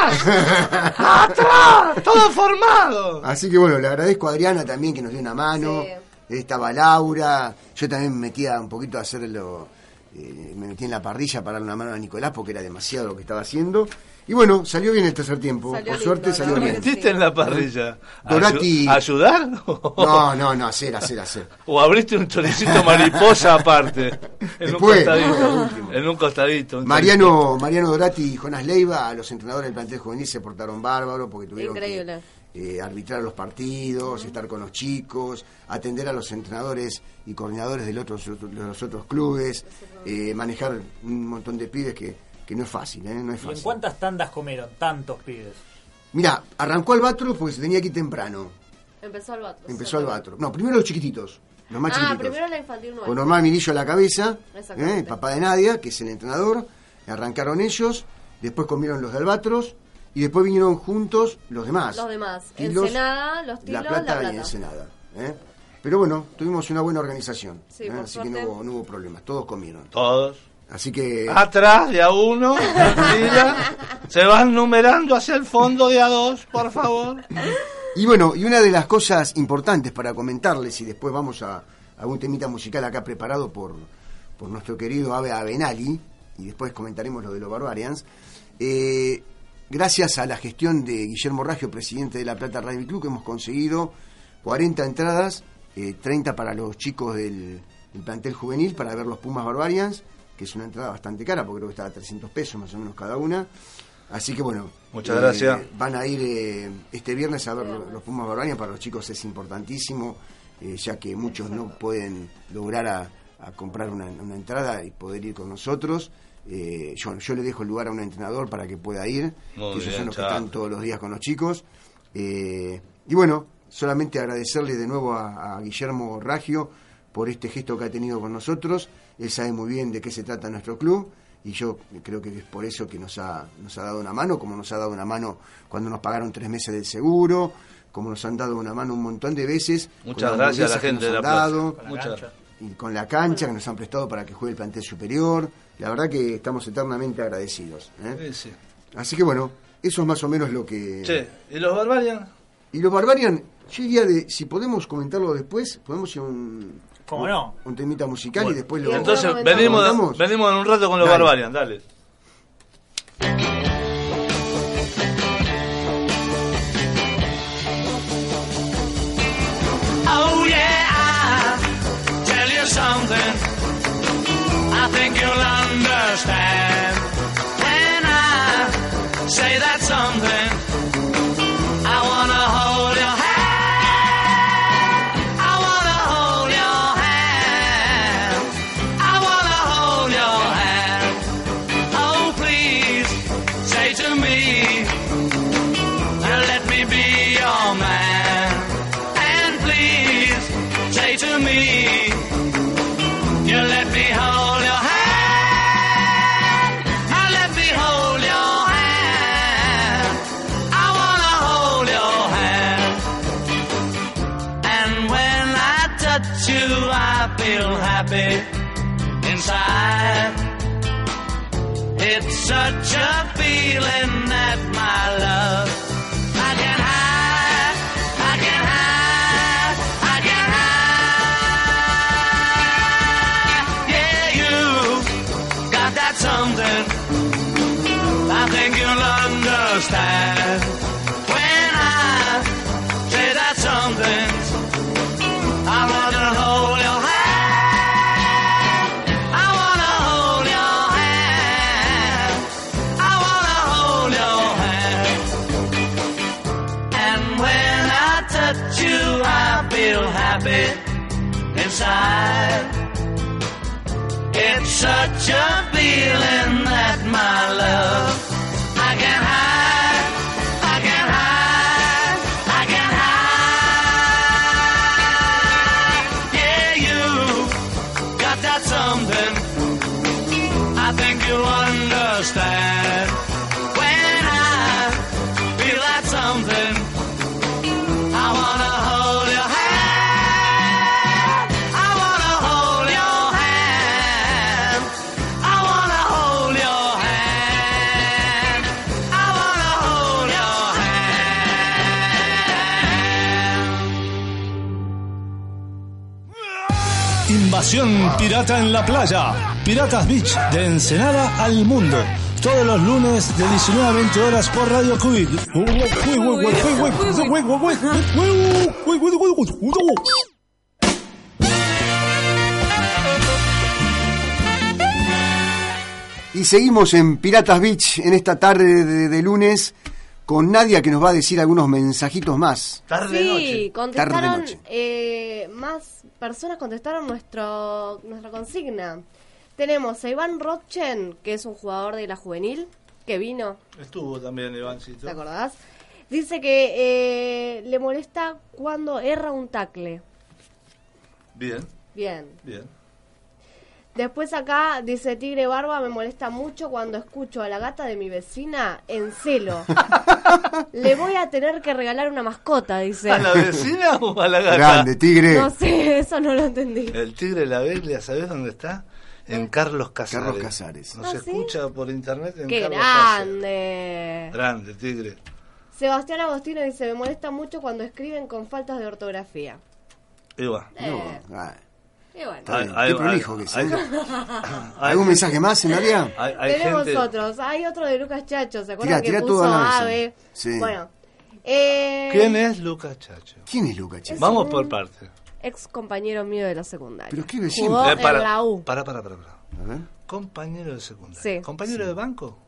atrás, atrás, todo formado. Así que bueno, le agradezco a Adriana también que nos dio una mano. Estaba Laura. Yo también me metía un poquito a hacerlo. eh, me metí en la parrilla para darle una mano a Nicolás porque era demasiado lo que estaba haciendo. Y bueno, salió bien el tercer tiempo. Salió Por lindo, suerte la salió verdad bien. que sí. Metiste en la parrilla. Dorati. Ayu- ¿Ayudar? No, no, no, hacer, hacer, hacer. O abriste un choricito mariposa aparte. En Después, un costadito. por en un costadito. un Mariano, Mariano Dorati y Jonás Leiva, los entrenadores del plantel juvenil, se portaron bárbaro porque tuvieron que Increíble. eh, arbitrar los partidos, estar con los chicos, atender a los entrenadores y coordinadores del otro- de los otros clubes, eh, manejar un montón de pibes que, que no es fácil, ¿eh? no es ¿Y en fácil. cuántas tandas comieron tantos pibes? Mira, arrancó Albatros porque se tenía que ir temprano. Empezó el vato. Empezó Albatros. No, primero los chiquititos, los más Ah, chiquititos. primero la infantil 9. con Omar Minillo a la cabeza, Exactamente. ¿eh? el papá de Nadia, que es el entrenador, arrancaron ellos, después comieron los de Albatros y después vinieron juntos los demás. Los demás. Tilos, Ensenada, los tilos, la Plata y Ensenada. ¿eh? Pero bueno, tuvimos una buena organización, Sí, ¿eh? por así que no suerte. hubo, no hubo problemas, todos comieron. Todos. Así que... Atrás de a uno, mira, se van numerando hacia el fondo de a dos, por favor. Y bueno, y una de las cosas importantes para comentarles, y después vamos a, a un temita musical acá preparado por, por nuestro querido Ave Avenali, y después comentaremos lo de los Barbarians, eh, gracias a la gestión de Guillermo Raggio, presidente de La Plata Rugby Club, que hemos conseguido 40 entradas, eh, 30 para los chicos del, del plantel juvenil para ver los Pumas Barbarians, que es una entrada bastante cara, porque creo que está a 300 pesos más o menos cada una. Así que bueno, Muchas eh, gracias. Van a ir eh, este viernes a ver lo- los Pumas Barbarians, para los chicos es importantísimo, eh, ya que muchos no pueden lograr a, a comprar una, una entrada y poder ir con nosotros. Eh, yo, yo le dejo el lugar a un entrenador para que pueda ir, Muy que esos bien, son los que Chaco. están todos los días con los chicos. Eh, y bueno, solamente agradecerle de nuevo a, a Guillermo Raggio por este gesto que ha tenido con nosotros. Él sabe muy bien de qué se trata nuestro club y yo creo que es por eso que nos ha, nos ha dado una mano, como nos ha dado una mano cuando nos pagaron tres meses del seguro, como nos han dado una mano un montón de veces. con Muchas las gracias a la hamburguesas que gente nos de la han plaza. dado Muchas gracias. y con la cancha que nos han prestado para que juegue el plantel superior. La verdad que estamos eternamente agradecidos. ¿eh? Sí, sí. Así que bueno, eso es más o menos lo que... Che, ¿y los Barbarians? Y los Barbarian, yo diría de, si podemos comentarlo después, podemos ir a un... ¿Cómo un- no? Un temita musical y después lo... Entonces lo venimos, abordamos. venimos en un rato con los Dale. Barbarians, dale. Oh yeah, I tell you something. I think you'll understand when I say that something. I wanna hold your hand. I wanna hold your hand. I wanna hold your hand. Oh please, say to me, let me be your man. And please say to me, you let me hold your hand. I let me hold your hand. I wanna hold your hand. And when I touch you, I feel happy inside. It's such a feeling that my love I can hide. I can hide, I can hide. Yeah, you got that something. I think you'll understand when I say that something. I wanna hold your hand. I wanna hold your hand. I wanna hold your hand. And when I touch you, I feel happy inside. It's such a feeling that my love I can hide, I can hide, I can hide. Yeah, you got that something. I think you'll understand when I feel that something. I wanna hold your hand. I wanna hold your hand. I wanna hold your hand. I wanna hold your Invasión pirata en la playa. Piratas Beach, de Ensenada al mundo. Todos los lunes de 19 a 20 horas por Radio Cubic. Y seguimos en Piratas Beach en esta tarde de, de lunes con Nadia que nos va a decir algunos mensajitos más. sí, Tarde, contestaron noche. eh, más personas contestaron nuestro nuestra consigna. Tenemos a Iván Rochen, que es un jugador de la juvenil, que vino, Estuvo también, Ivancito. ¿te acordás? Dice que eh, le molesta cuando erra un tacle. Bien, Bien. bien. Después acá dice Tigre Barba, me molesta mucho cuando escucho a la gata de mi vecina en celo. Le voy a tener que regalar una mascota, dice. ¿A la vecina o a la gata? Grande, tigre. No sé, eso no lo entendí. El tigre de la Biblia, ¿sabés dónde está? En Carlos Casares. Carlos Casares. Nos Ah, ¿sí? escucha por internet en ¡Qué Carlos grande! Casares. Grande, tigre. Sebastián Agostino dice, me molesta mucho cuando escriben con faltas de ortografía. Iba. Eh. Y bueno. Está bien, qué Hay- hay- prolijo que hay- sea. ¿Algún mensaje más, Nadia? Hay, hay Tenemos gente... otros. Hay otro de Lucas Chacho, ¿se acuerdan Tirá, que tirá puso todo a la mesa. Ave? Sí. Bueno. eh, ¿Quién es Lucas Chacho? ¿Quién es Lucas Chacho? Vamos un- por parte. Ex compañero mío de la secundaria. Pero qué vecino. Jugó Eh, en para- la U. Para, para, para. para. A ver. Compañero de secundaria. Sí. ¿Compañero de banco?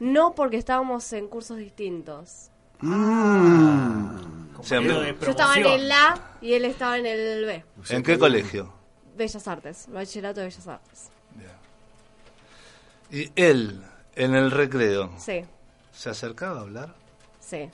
No porque estábamos en cursos distintos. Mm. Ah. O sea, ¿En Yo estaba en el A y él estaba en el B. ¿en qué colegio? Bellas Artes, bachillerato de Bellas Artes. Y él, en el recreo, Sí, se acercaba a hablar sí.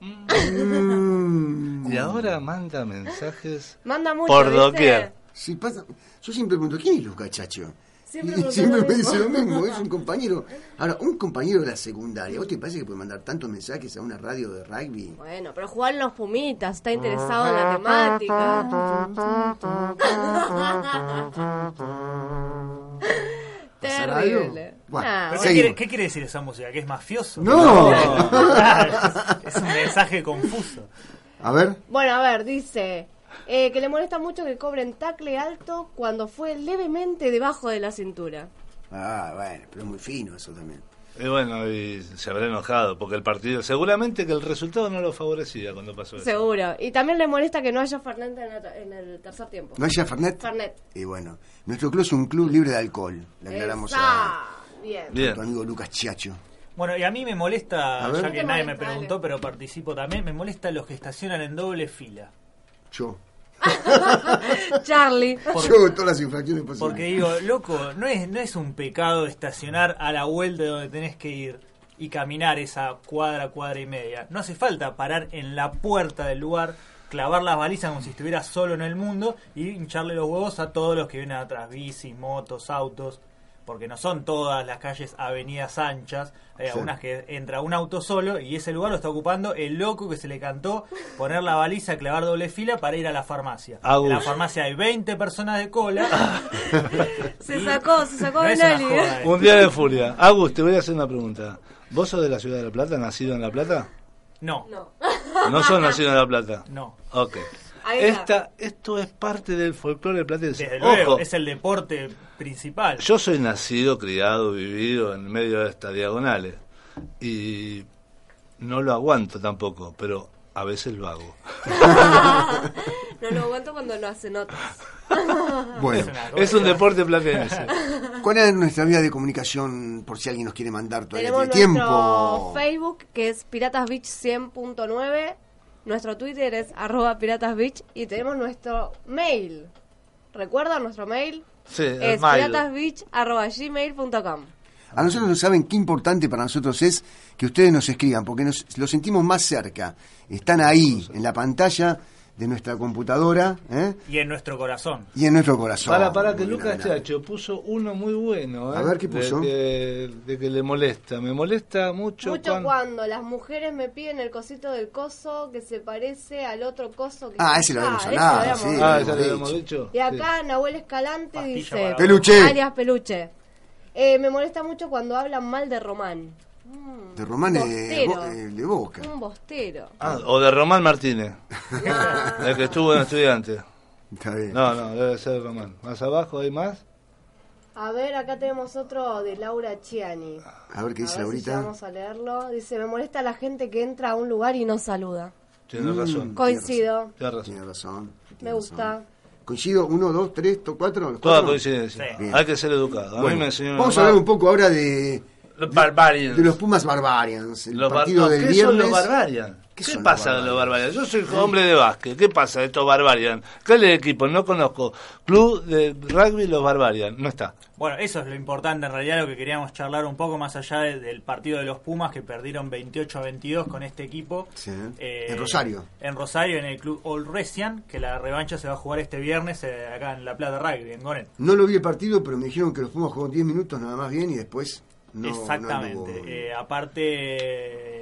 Mm. y ahora manda mensajes Manda mucho. por ¿viste? doquier. Si pasa, yo siempre pregunto, ¿quién es Lucas Chacho? Siempre y pregunto siempre lo me mismo. dice lo mismo, es un compañero. Ahora, un compañero de la secundaria, ¿vos te parece que puede mandar tantos mensajes a una radio de rugby? Bueno, pero jugar los pumitas, está interesado en la Ah, temática. ¿Pasará Terrible. algo? Bueno, Ah, ¿Pero bueno. ¿qué, quiere, qué quiere decir esa música? ¿Que es mafioso? No. es un mensaje confuso. A ver, Bueno, a ver, dice eh, que le molesta mucho que cobren tacle alto cuando fue levemente debajo de la cintura. ah, bueno, pero es muy fino eso también. Y bueno, y se habrá enojado porque el partido, seguramente que el resultado no lo favorecía cuando pasó eso. Seguro. Y también le molesta que no haya Fernet en, la- en el tercer tiempo. ¿No haya Fernet? Fernet. Y bueno, nuestro club es un club libre de alcohol, le aclaramos a, Esa. Bien. a tu amigo Lucas Chacho. Bueno, y a mí me molesta, A ver. ya que ¿Qué te nadie molesta, me preguntó, pero participo también, me molesta los que estacionan en doble fila. Yo. Charlie. Yo todas las infracciones posibles. Porque digo, loco, no es, no es un pecado estacionar a la vuelta de donde tenés que ir y caminar esa cuadra, cuadra y media. No hace falta parar en la puerta del lugar, clavar las balizas como si estuviera solo en el mundo y hincharle los huevos a todos los que vienen atrás, bicis, motos, autos. Porque no son todas las calles avenidas anchas, hay Sí. algunas que entra un auto solo y ese lugar lo está ocupando el loco que se le cantó poner la baliza, clavar doble fila para ir a la farmacia. En la Agus. farmacia hay 20 personas de cola Se sacó, se sacó No es una Benali. joda, eh. Un día de furia. Agus, te voy a hacer una pregunta. ¿Vos sos de la ciudad de La Plata, nacido en La Plata? No. No sos nacido en La Plata. No. Ok. Ahí está. Esta, esto es parte del folclore platense. Desde Ojo, luego, es el deporte principal. yo soy nacido, criado, vivido en medio de estas diagonales. Y no lo aguanto tampoco, pero a veces lo hago. No lo aguanto cuando no hace notas. Bueno, Es un deporte platense. ¿cuál es nuestra vía de comunicación por si alguien nos quiere mandar todavía? Tenemos tiene nuestro tiempo. Facebook que es Piratas Beach 100.9. Nuestro Twitter es arroba Piratas Beach. Y tenemos nuestro mail Recuerda nuestro mail. Sí, Es piratasbeach.gmail.com. A nosotros no saben qué importante para nosotros es que ustedes nos escriban, porque nos, lo sentimos más cerca. Están ahí, en la pantalla de nuestra computadora ¿eh? Y en nuestro corazón. y en nuestro corazón. Para, para que Lucas Chacho puso uno muy bueno. ¿eh? A ver, ¿qué puso? De, de- de que le molesta. Me molesta mucho. Mucho cuan- cuando las mujeres me piden el cosito del coso que se parece al otro coso que... Ah, ese lo habíamos ese hablado, habíamos sí, dicho. lo Ah, hemos ya lo habíamos dicho. dicho. Y acá Nahuel Escalante dice... para- Peluche. Alias Peluche. Eh, me molesta mucho cuando hablan mal de Román. Mm, De Román es de, Bostero. Bo- eh, de Boca. Un bostero. Ah, o de Román Martínez. el que estuvo en estudiante. No, no, debe ser Román. Más abajo hay más. A ver, acá tenemos otro de Laura Chiani. A ver qué dice Laurita. Vamos a leerlo. Dice, me molesta la gente que entra a un lugar y no saluda. Tienes Mm, razón. Coincido. Tienes razón. Tiene razón. Me gusta. ¿Coincido? ¿Uno, dos, tres, to- cuatro? ¿Los Toda cuatro? coincidencia. Bien. Hay que ser educado. A Bueno, mí me enseñó. mi vamos a mamá. hablar un poco ahora de, Los Barbarians. de los Pumas Barbarians. El Los bar- partido no, del ¿Qué viernes. son los Barbarians? ¿Qué, son los pasa de los Barbarians? Yo soy hombre de básquet. ¿Qué pasa de estos Barbarians? ¿Qué es el equipo? No conozco. Club de rugby Los Barbarians. No está. Bueno, eso es lo importante en realidad, lo que queríamos charlar un poco más allá de- del partido de los Pumas que perdieron 28 a 22 con este equipo. Sí. Eh, En Rosario. En Rosario, en el club Old Resian, que la revancha se va a jugar este viernes eh, acá en La Plata Rugby, en Gonet. No lo vi el partido, pero me dijeron que los Pumas jugaron 10 minutos nada más bien y después no. Exactamente. no anduvo. Eh, aparte,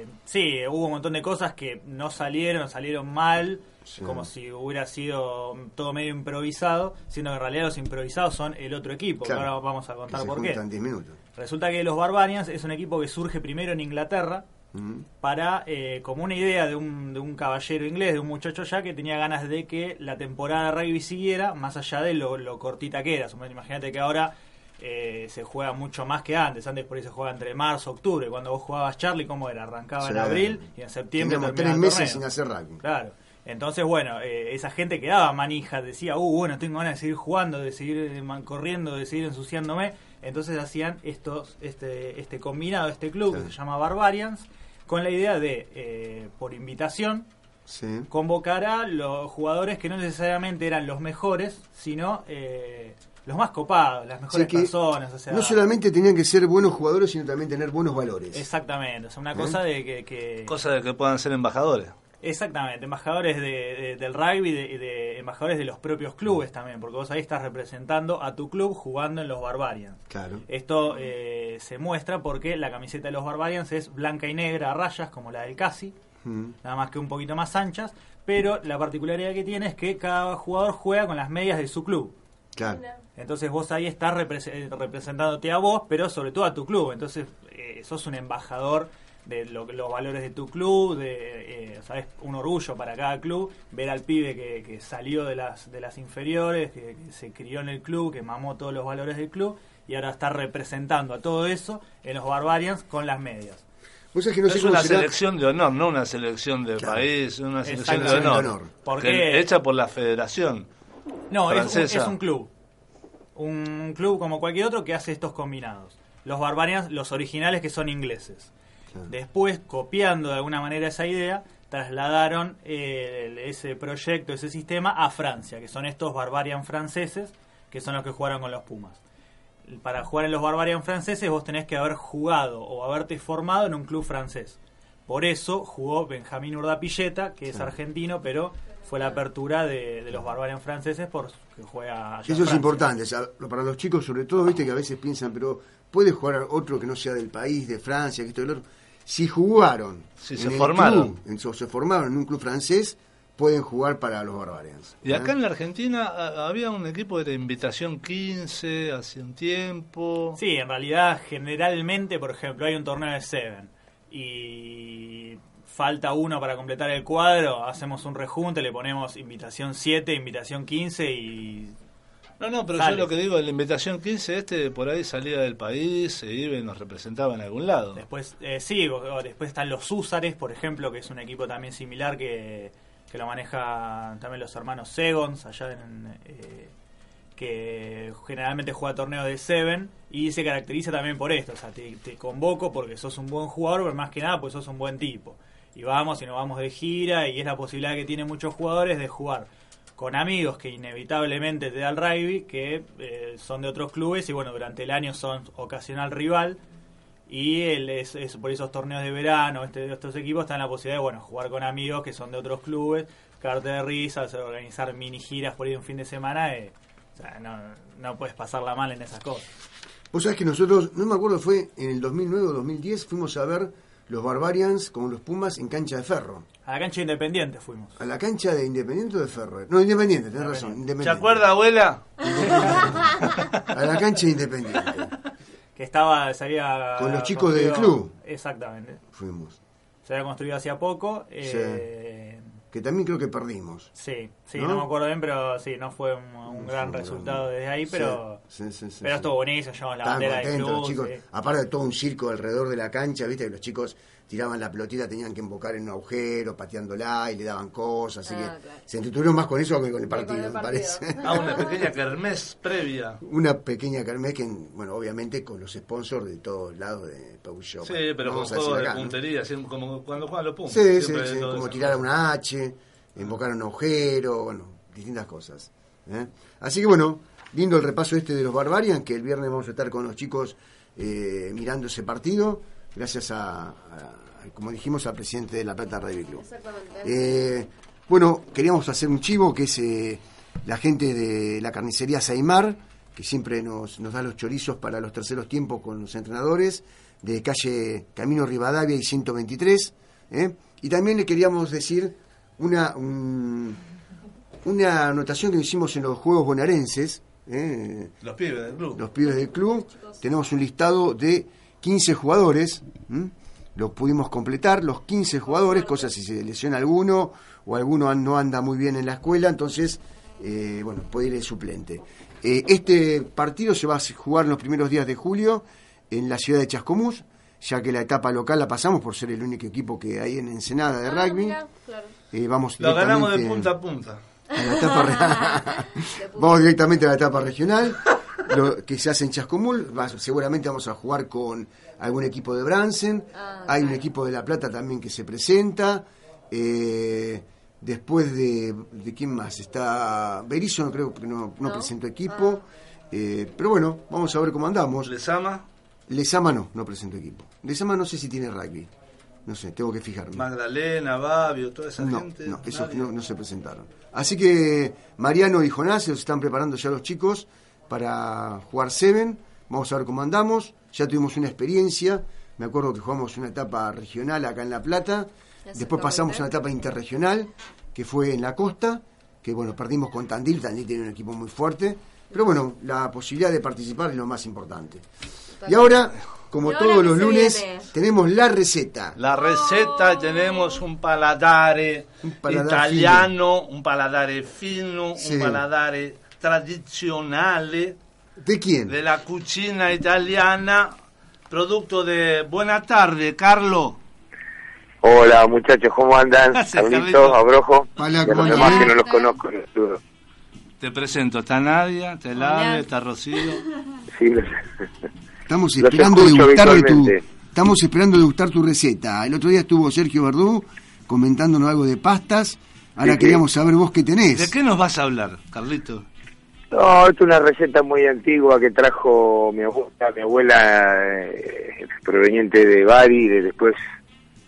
eh, sí, hubo un montón de cosas que no salieron, salieron mal, como si hubiera sido todo medio improvisado, siendo que en realidad los improvisados son el otro equipo. que Claro, ahora vamos a que contar se por qué. juntan 10 minutos. Resulta que los Barbarians es un equipo que surge primero en Inglaterra Mm. para, eh, como una idea de un, de un caballero inglés, de un muchacho ya que tenía ganas de que la temporada de rugby siguiera, más allá de lo, lo cortita que era. Suponete, Imagínate que ahora eh, se juega mucho más que antes. Antes por ahí se jugaba entre marzo, octubre. Cuando vos jugabas Charlie, ¿cómo era? Arrancaba en Sí. abril y en septiembre Teníamos terminaba tres el meses sin torneo. hacer rugby. Claro. Entonces, bueno, eh, esa gente quedaba manija, decía, uh, bueno, tengo ganas de seguir jugando, de seguir eh, man- corriendo, de seguir ensuciándome. Entonces hacían estos, este, este combinado, este club que se llama Barbarians, con la idea de, eh, por invitación, Sí. convocar a los jugadores que no necesariamente eran los mejores, sino eh, los más copados, las mejores Sí, que personas. O sea, no solamente tenían que ser buenos jugadores, sino también tener buenos valores. Exactamente, o sea, una cosa de que- que Cosa de que puedan ser embajadores. Exactamente, embajadores de, de- del rugby y de, y de embajadores de los propios clubes también, porque vos ahí estás representando a tu club jugando en los Barbarians. Claro. Esto eh, se muestra porque la camiseta de los Barbarians es blanca y negra a rayas, como la del Casi, Mm. nada más que un poquito más anchas, pero la particularidad que tiene es que cada jugador juega con las medias de su club. Claro. Entonces vos ahí estás represe- eh, representándote a vos, pero sobre todo a tu club. Entonces eh, sos un embajador de lo que- los valores de tu club, de, eh, ¿sabes? un orgullo para cada club, ver al pibe que, que salió de las, de las inferiores, que, que se crió en el club, que mamó todos los valores del club y ahora está representando a todo eso en los Barbarians con las medias. Vos sabés que no sé es cómo una será- selección de honor, no una selección de país, una selección de Exactamente. honor. ¿Por Que- qué? Hecha por la Federación. No, es un, francesa. es un club. Un club como cualquier otro que hace estos combinados. Los Barbarians, los originales que son ingleses. Después, copiando de alguna manera esa idea, trasladaron eh, el- ese proyecto, ese sistema a Francia, que son estos Barbarian franceses, que son los que jugaron con los Pumas. Para jugar en los Barbarian franceses vos tenés que haber jugado o haberte formado en un club francés. Por eso jugó Benjamín Urdapilleta, que es Sí. argentino, pero fue la apertura de, de los Barbarian franceses por que juega allá en Eso es Francia. importante, o sea, para los chicos sobre todo, viste que a veces piensan, pero puede jugar otro que no sea del país, de Francia, que esto y lo otro. Si jugaron, Si se el formaron. club, en su- se formaron en un club francés, pueden jugar para los Barbarians. Y acá ¿eh? en la Argentina a- había un equipo de invitación 15 hace un tiempo. Sí, en realidad generalmente, por ejemplo, hay un torneo de Seven y falta uno para completar el cuadro, hacemos un rejunte, le ponemos invitación 7, invitación 15 y... No, no, pero Dale. yo lo que digo, la invitación 15 este por ahí salía del país, se iba y nos representaba en algún lado. Después, eh, sí, o- o después están los Húsares, por ejemplo, que es un equipo también similar que, que lo maneja también los hermanos Segons, allá en, eh, que generalmente juega torneo de Seven y se caracteriza también por esto. O sea, te, te convoco porque sos un buen jugador, pero más que nada porque sos un buen tipo. Y vamos y nos vamos de gira y es la posibilidad que tienen muchos jugadores de jugar con amigos que inevitablemente te da el rugby, que eh, son de otros clubes y bueno, durante el año son ocasional rival. Y el- es, es por esos torneos de verano, este, estos equipos están la posibilidad de bueno, jugar con amigos que son de otros clubes, cagarte de risas, organizar mini giras por ahí un fin de semana. eh, o sea, no, no puedes pasarla mal en esas cosas. Vos sabés que nosotros, no me acuerdo, fue en el 2009 o 2010, fuimos a ver los Barbarians con los Pumas en cancha de ferro. A la cancha de independiente fuimos. A la cancha de Independiente o de Ferro. No, Independiente, tenés razón. ¿Se Independiente. acuerda, abuela? A la cancha de Independiente Que estaba, se había. Con los chicos del construido- club. Exactamente. fuimos. Se había construido hacía poco. eh, Que también creo que perdimos. sí, sí, ¿No? ¿No? me acuerdo bien, pero sí, no fue un, un gran resultado desde ahí, Sí, pero. sí, sí, sí, pero sí. estuvo buenísimo, llevamos la Estaban bandera del contentos club. los chicos. sí. Aparte de todo un circo alrededor de la cancha, viste que los chicos tiraban la pelotita, tenían que embocar en un agujero, pateándola y le daban cosas. Así Ah, que claro. se entretuvieron más con eso que con el partido, me parece. Ah, una pequeña kermés previa. Una pequeña carmés que, bueno, obviamente con los sponsors de todos lados de Pau Show. Sí, pero Vamos a con juegos decir de acá, ¿no? puntería, así como cuando juegan los pumas. Sí, sí, siempre sí, todo como eso. tirar a una H, invocar un agujero, bueno, distintas cosas. ¿eh? Así que bueno, lindo el repaso este de los Barbarians, que el viernes vamos a estar con los chicos eh, mirando ese partido, gracias a, a- como dijimos, al presidente de La Plata Radio Club. Eh, bueno, queríamos hacer un chivo que es eh, la gente de la carnicería Saimar, que siempre nos, nos da los chorizos para los terceros tiempos con los entrenadores, de calle Camino Rivadavia y 123. ¿eh? Y también le queríamos decir una, un- una anotación que hicimos en los Juegos Bonaerenses. ¿eh? Los pibes del club. los pibes del club. Tenemos un listado de 15 jugadores. ¿m? Lo pudimos completar, los 15 jugadores, cosa si se lesiona alguno o alguno an- no anda muy bien en la escuela, entonces, eh, bueno, puede ir el suplente. Eh, este partido se va a jugar en los primeros días de julio en la ciudad de Chascomús, ya que la etapa local la pasamos por ser el único equipo que hay en Ensenada de Ah, rugby. mirá, claro. Eh, vamos Lo ganamos de directamente- punta a punta. a la etapa re- vamos directamente a la etapa regional lo que se hace en Chascomul va- seguramente vamos a jugar con algún equipo de Bransen hay un equipo de La Plata también que se presenta eh, después de, de quién más está Berizzo no creo que no, no presentó equipo Eh, pero bueno vamos a ver cómo andamos Lesama Lesama no no presentó equipo Lesama no sé si tiene rugby no sé tengo que fijarme Magdalena, Babio, toda esa no, gente. no, esos nadie. no, no se presentaron. Así que Mariano y Jonás se los están preparando ya los chicos para jugar Seven. Vamos a ver cómo andamos. Ya tuvimos una experiencia. Me acuerdo que jugamos una etapa regional acá en La Plata. Después pasamos a una etapa interregional que fue en la costa. Que bueno, perdimos con Tandil. Tandil tiene un equipo muy fuerte. Pero bueno, la posibilidad de participar es lo más importante. Y ahora, como ¿Y ahora todos qué los se lunes, viene? tenemos la receta. La receta tenemos un paladare, paladar italiano, un paladare fino, Sì. un paladare tradizionale ¿De quién? della cucina italiana, prodotto di Buona tarde Carlo. Hola muchachos, ¿cómo andan? Gracias, Carlitos, Carlitos. Abrojo. Hola, y a ¿cómo los demás andan? que no los conozco, los saludo. Te presento, está Nadia, está Elave, está Rocío. Sí, los- Estamos Los esperando escucho degustar tu, habitualmente. estamos esperando degustar tu receta. El otro día estuvo Sergio Verdú comentándonos algo de pastas. Ahora Sí, sí. queríamos saber vos qué tenés. ¿De qué nos vas a hablar, Carlito? No, es una receta muy antigua que trajo mi abuela, mi abuela eh, proveniente de Bari, de después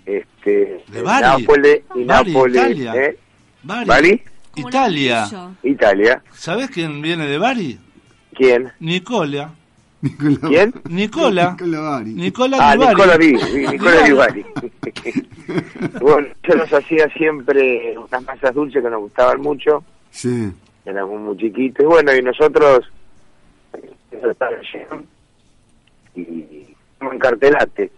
este ¿De Bari? Nápoles y Bari, Nápoles, Italia. ¿eh? Bari. Bari, Italia. Italia. ¿Sabés quién viene de Bari? ¿Quién? Nicola. ¿Quién? Nicola. Nicola Bari. Nicola ah, di Bari. Nicola Di, sí, Nicola Di Mirá. Bari. bueno, yo nos hacía siempre unas masas dulces que nos gustaban mucho, Sí. éramos muy chiquitos, y bueno, y nosotros eso estaba lleno, y un encartelate.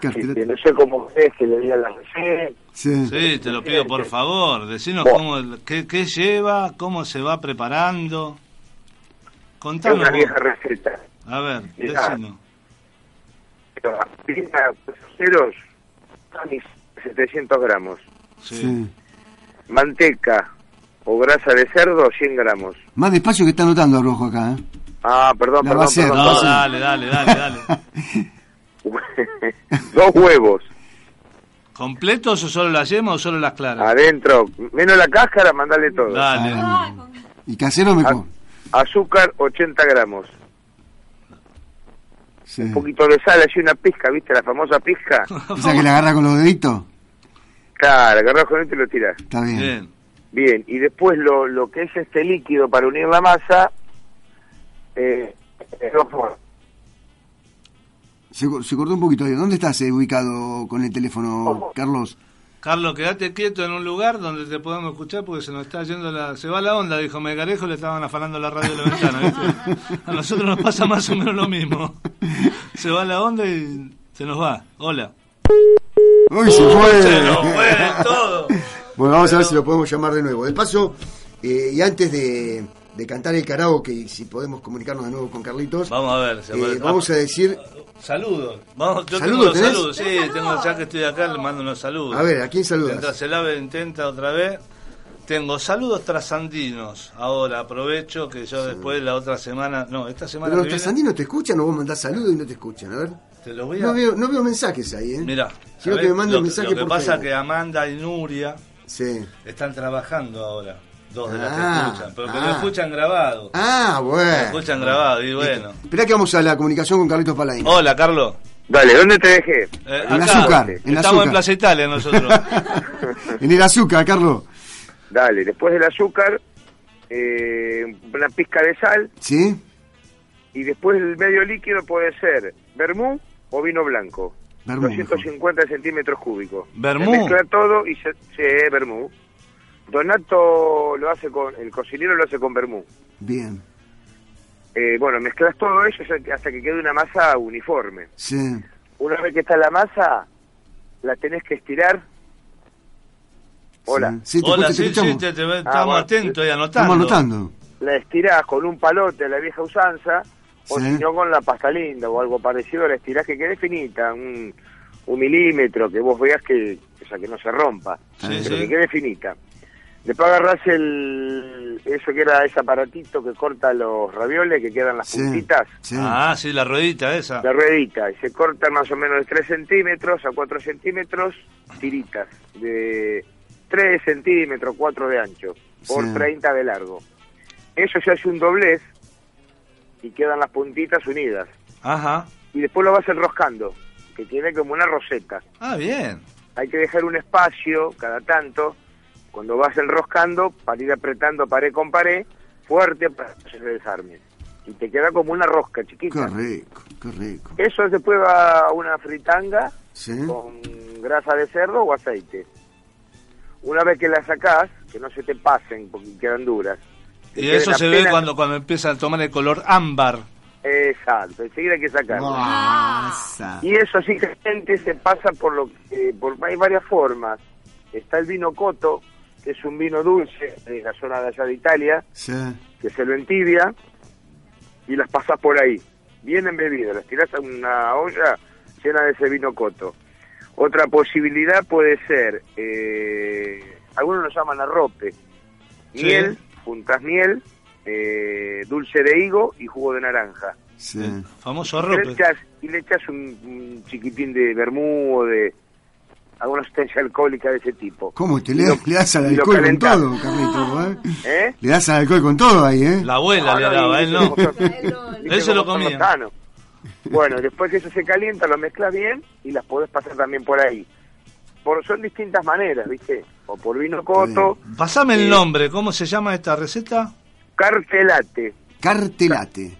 Que no sé cómo es que le digan la receta. Sí. te lo pido por favor. Decinos Bueno. cómo, qué, qué lleva, cómo se va preparando. Es Contanos. una vieja vos. receta. A ver, Mirá. decinos. Pero aplica ceros, panis, 700 gramos. Sí. Manteca o grasa de cerdo, 100 gramos. Más despacio que está anotando Rojo acá. ¿eh? Ah, perdón, La va a perdón, hacer, perdón. la va a hacer. Dale, dale, dale, dale. Dos huevos. ¿Completos o solo las yemas o solo las claras? Adentro, menos la cáscara, mandale todo. Dale. Y casero me como. Azúcar 80 gramos. Sí. Un poquito de sal, así una pizca, ¿viste? La famosa pizca. Esa que la agarra con los deditos. Claro, agarrás con esto y lo tirás. Está bien. Bien, y después lo, lo que es este líquido para unir la masa, eh, en dos formas. Se, co- se cortó un poquito. ahí. ¿Dónde estás eh, ubicado con el teléfono, Carlos? Carlos, quédate quieto en un lugar donde te podamos escuchar porque se nos está yendo la... Se va la onda, dijo Megarejo, le estaban afanando la radio de la ventana, ¿viste? A nosotros nos pasa más o menos lo mismo. Se va la onda y se nos va. Hola. ¡Uy, se fue! Se nos fue todo. Bueno, vamos a ver si lo podemos llamar de nuevo. De paso, eh, y antes de, de cantar el karaoke, y si podemos comunicarnos de nuevo con Carlitos, Vamos a ver. se eh, va- vamos a decir, Saludos. Vamos, yo ¿Saludos tengo los tenés? saludos, sí, tengo, ya que estoy acá, le mando unos saludos. A ver, ¿a quién saludas? Mientras el ave intenta otra vez. Tengo saludos trasandinos. Ahora aprovecho que yo después la otra semana, no, esta semana ¿pero los que viene, trasandinos te escuchan o vos mandás saludos y no te escuchan? A ver. te los voy a No veo, no veo mensajes ahí, ¿eh? Mira, Quiero que me manden lo, mensaje lo que por pasa es Facebook. que Amanda y Nuria Sí. están trabajando ahora. Dos de las Ah, que escuchan, pero que ah. lo escuchan grabado. Ah, bueno. Lo escuchan grabado y bueno. Oh, Esperá que vamos a la comunicación con Carlitos Palaín. Hola, Carlos. Dale, ¿dónde te dejé? Eh, En acá, azúcar, en estamos azúcar. en Plaza Italia nosotros. En el azúcar, Carlos. Dale, después del azúcar, eh, una pizca de sal, ¿Sí? y después el medio líquido puede ser vermú o vino blanco. Vermú, 250 centímetros cúbicos. Vermú. Se mezcla todo y se... Sí, vermú. Donato lo hace con... El cocinero lo hace con vermú. Bien. Eh, bueno, mezclas todo eso hasta que quede una masa uniforme. Sí. Una vez que está la masa, la tenés que estirar. Hola. Ah, Sí, te escucho, Hola, te sí, escuchamos. sí, te- te- estamos bueno. eh, atentos y anotando. Estamos anotando. La estirás con un palote a la vieja usanza, o Sí. si no con la pasta linda o algo parecido, la estirás que quede finita, un, un milímetro, que vos veas que, o sea, que no se rompa, Sí, pero sí. que quede finita. Después agarrás el, eso que era ese aparatito que corta los ravioles, que quedan las puntitas, Ah, sí, la ruedita esa. la ruedita y se corta más o menos de 3 centímetros a 4 centímetros tiritas de 3 centímetros 4 de ancho por Sí. 30 de largo eso se hace un doblez y quedan las puntitas unidas Ajá. y después lo vas enroscando que tiene como una roseta Ah, bien. hay que dejar un espacio cada tanto cuando vas enroscando para ir apretando pared con pared fuerte para que se desarme y te queda como una rosca chiquita Qué rico, qué rico. eso después va a una fritanga Sí. con grasa de cerdo o aceite. Una vez que la sacás, que no se te pasen porque quedan duras. Que Y queden eso se ve apenas- cuando, cuando empieza a tomar el color ámbar. Exacto, enseguida hay que sacarla. Ah. Y eso así que gente se pasa por lo que, por, hay varias formas. Está el vino coto, que es un vino dulce de la zona de allá de Italia, Sí. que se lo entibia y las pasas por ahí, bien embebidas, las tirás a una olla llena de ese vino coto. Otra posibilidad puede ser, eh, algunos lo llaman arrope, Sí. miel, juntas miel, eh, dulce de higo y jugo de naranja. Sí. Famoso pues. Y le rope. echas, y le echas un, un chiquitín de vermú o de alguna sustancia alcohólica de ese tipo. ¿Cómo te Y le, lo- le das al y lo alcohol con calentás. todo, Carlitos? ¿eh? ¿Eh? Le das al alcohol con todo ahí, ¿eh? La abuela No, le no, daba, Ah, y- él no. Viste Él se lo cómo son comía. los tanos. Bueno, después que eso se calienta, lo mezclas bien y las podés pasar también por ahí. Por, son distintas maneras, ¿viste? O por vino coto, eh, Pasame Sí. el nombre, ¿cómo se llama esta receta? cartelate, Cartelate.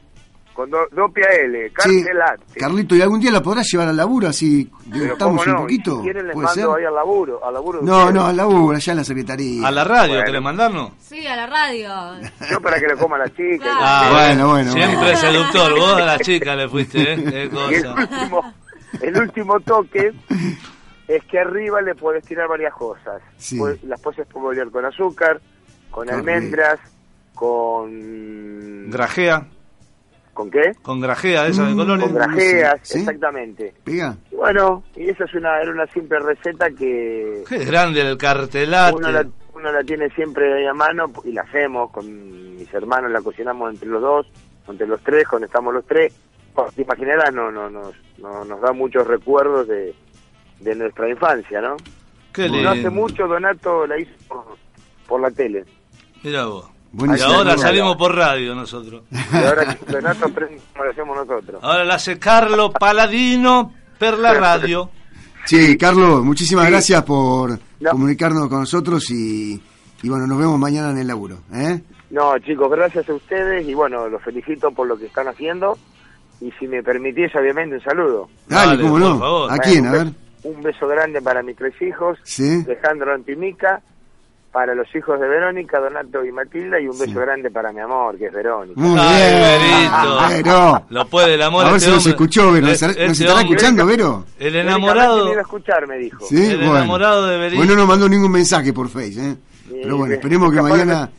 con do- dopia L, Sí, cartelate. Carlito, ¿y algún día la podrás llevar al laburo así Pero degustamos cómo un no, y poquito? si quieren les ¿Puede ser? mando ahí al laburo, al laburo de No, ustedes. no, al laburo, allá en la secretaría. A la radio, ¿querés mandarnos? Sí, a la radio. Yo para que lo coma la chica. Ah, bueno, bueno, Siempre bueno. seductor, vos a la chica le fuiste, ¿eh? Qué Y el cosa. último, el último toque es que arriba le podés tirar varias cosas. Sí. Pues, Las podés polvorear con azúcar, con Qué almendras, con... Grajea. ¿Con qué? Con grajea, esa de Mm, colores. Con grajeas, exactamente. Pega. Y bueno, y esa es una, era una simple receta que Qué grande el uno la, cartelate. uno la tiene siempre ahí a mano y la hacemos con mis hermanos, la cocinamos entre los dos, entre los tres, cuando estamos los tres. Bueno, Te imaginarás, no, no, nos, no, nos da muchos recuerdos de, de nuestra infancia, ¿no? Qué no lindo. hace mucho Donato la hizo por, por la tele. Mira vos. Buenísimo. Y ahora Ahí está. salimos por radio nosotros. Y ahora Donato aprende como lo hacemos nosotros. Ahora la hace Carlos Paladino per la radio. Sí, Carlos, muchísimas Sí. gracias por comunicarnos con nosotros y, y bueno, nos vemos mañana en el laburo. ¿eh? No, chicos, gracias a ustedes y bueno, los felicito por lo que están haciendo. Y si me permitís, obviamente, un saludo. Dale, cómo no. ¿A quién? A ver. Un beso grande para mis tres hijos, Sí. Alejandro Antimica, para los hijos de Verónica, Donato y Matilda, y un beso grande para mi amor, que es Verónica. Muy bien. Verito. Ah, Vero. Lo puede el amor A ver este si nos hombre. escuchó, Vero. ¿Nos Este estará- ¿Nos hombre- estará escuchando, Vero? El enamorado. Vino a escuchar, me dijo. Sí, El bueno. enamorado de Verito. Hoy no nos mandó ningún mensaje por Face, ¿eh? Sí, Pero bueno, sí. esperemos que Capaz mañana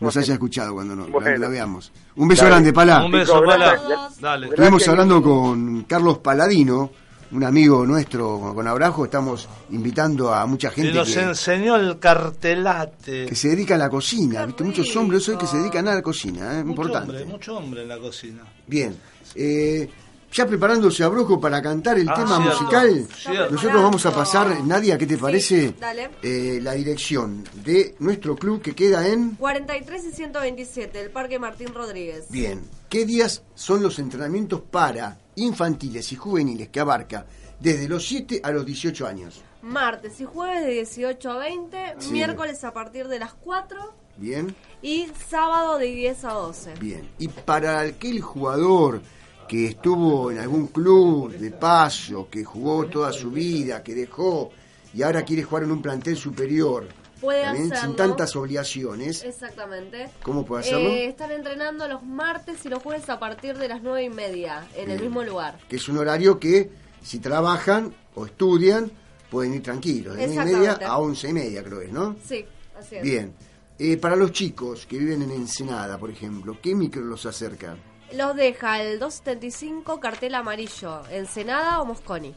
nos haya escuchado cuando, no, cuando la veamos. Un beso Dale. grande, Palá. Un beso, Palá. Dale. Estuvimos hablando con Carlos Paladino, un amigo nuestro con Abrajo. Estamos invitando a mucha Y gente nos que, enseñó el cartelate. que se dedica a la cocina. ¿viste? Muchos hombres hoy que se dedican a la cocina, ¿eh? Mucho importante. hombre, mucho hombre en la cocina. Bien. Eh, ya preparándose a Broco para cantar el Ah, tema cierto, musical, cierto. nosotros vamos a pasar, Nadia, ¿qué te parece? dale. Eh, la dirección de nuestro club que queda en... 43 y 127, el Parque Martín Rodríguez. Bien, ¿qué días son los entrenamientos para infantiles y juveniles que abarca desde los 7 a los 18 años? Martes y jueves de 18 a 20, Sí. miércoles a partir de las 4 Bien, y sábado de 10 a 12. bien. Y para aquel jugador que estuvo en algún club de paso, que jugó toda su vida, que dejó y ahora quiere jugar en un plantel superior, Puede también hacerlo. sin tantas obligaciones, Exactamente. ¿Cómo puede hacerlo? Eh, están entrenando los martes y los jueves a partir de las 9 y media en el Bien. mismo lugar. que es un horario que si trabajan o estudian pueden ir tranquilos, de 9 y media Exactamente. a 11 y media creo es, ¿no? Sí, así es. Bien. Eh, para los chicos que viven en Ensenada, por ejemplo, ¿qué micro los acerca? Los deja el 275 cartel amarillo, Ensenada o Mosconi.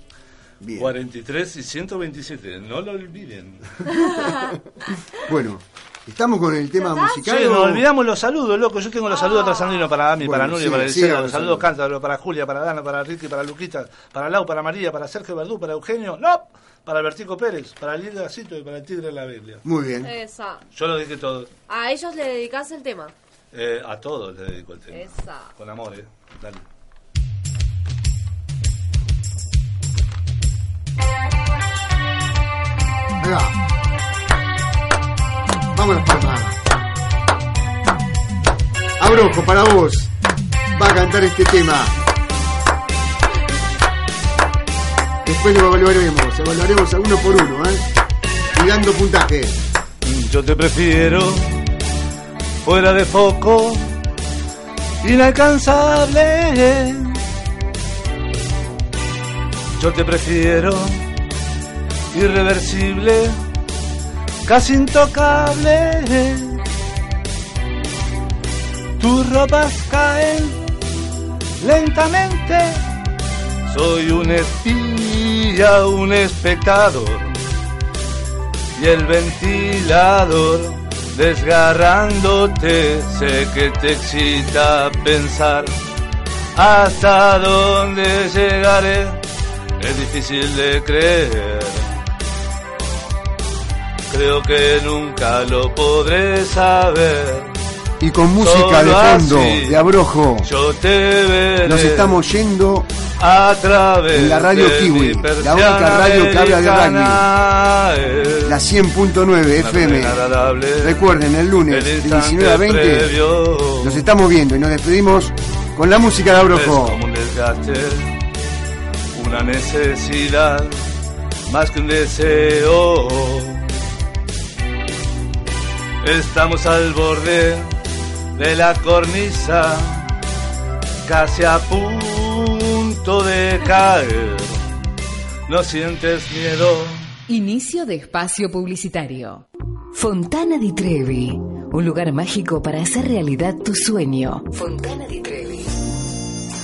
43 y 127, no lo olviden. Bueno, estamos con el tema musical. Sí, o- nos olvidamos los saludos, loco. Yo tengo los saludos trasandinos para Ami, Bueno, para Nuria, sí, para sí, Eliseo, hagan los saludos. saludos cántabros para Julia, para Dana, para Ricky, para Luquita, para Lau, para María, para Sergio Verdú, para Eugenio, no, para Albertico Pérez, para Lidia Gacito y para el Tigre de la Biblia. Muy bien. Esa. Yo lo dije todo, A ellos le dedicás el tema. eh, a todos le dedico el tema. Esa. Con amor, eh. Dale. Ahí va. Vamos a las palmas. Abrojo, para vos. Va a cantar este tema. Después lo evaluaremos. Evaluaremos a uno por uno, ¿eh? Y dando puntaje. Yo te prefiero fuera de foco, inalcanzable. Yo te prefiero irreversible, casi intocable. Tus ropas caen lentamente. Soy un espía, un espectador y el ventilador desgarrándote. Sé que te excita pensar hasta dónde llegaré. Es difícil de creer. Creo que nunca lo podré saber. Y con música de Solo fondo, así. de abrojo, Yo te veré nos estamos yendo a través en la radio de mi Kiwi, la persiana única radio que habla de americana. rugby. La 100.9 FM. agradable. Recuerden, el lunes de 19 a 20 previo. nos estamos viendo y nos despedimos con la música de Es Abrojo. como un desgaste, una necesidad, más que un deseo. Estamos al borde de la cornisa, casi a punto de caer. No sientes miedo. Inicio de espacio publicitario. Fontana di Trevi, un lugar mágico para hacer realidad tu sueño. Fontana di Trevi.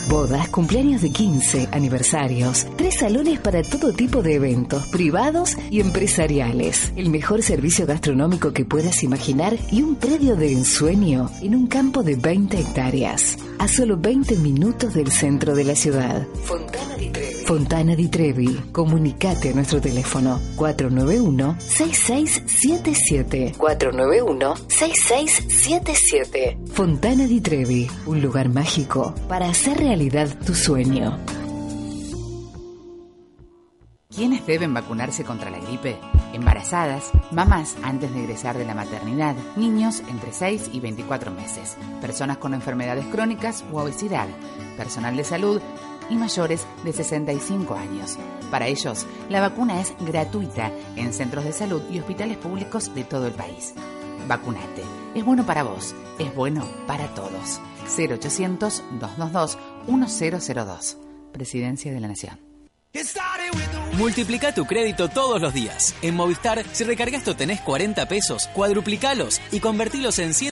Bodas, cumpleaños de 15, aniversarios, tres salones para todo tipo de eventos, privados y empresariales. El mejor servicio gastronómico que puedas imaginar y un predio de ensueño en un campo de 20 hectáreas, a solo 20 minutos del centro de la ciudad. Fontana di Trevi. Fontana di Trevi. Comunicate a nuestro teléfono 491-6677. 491-6677. Fontana di Trevi, un lugar mágico para hacer realidad tu sueño. ¿Quiénes deben vacunarse contra la gripe? Embarazadas, mamás antes de egresar de la maternidad, niños entre 6 y 24 meses, personas con enfermedades crónicas u obesidad, personal de salud y mayores de 65 años. Para ellos, la vacuna es gratuita en centros de salud y hospitales públicos de todo el país. Vacunate. Es bueno para vos, es bueno para todos. 0800-222-1002. Presidencia de la Nación. Multiplica tu crédito todos los días. En Movistar, si recargas o tenés 40 pesos, cuadruplicalos y convertilos en 100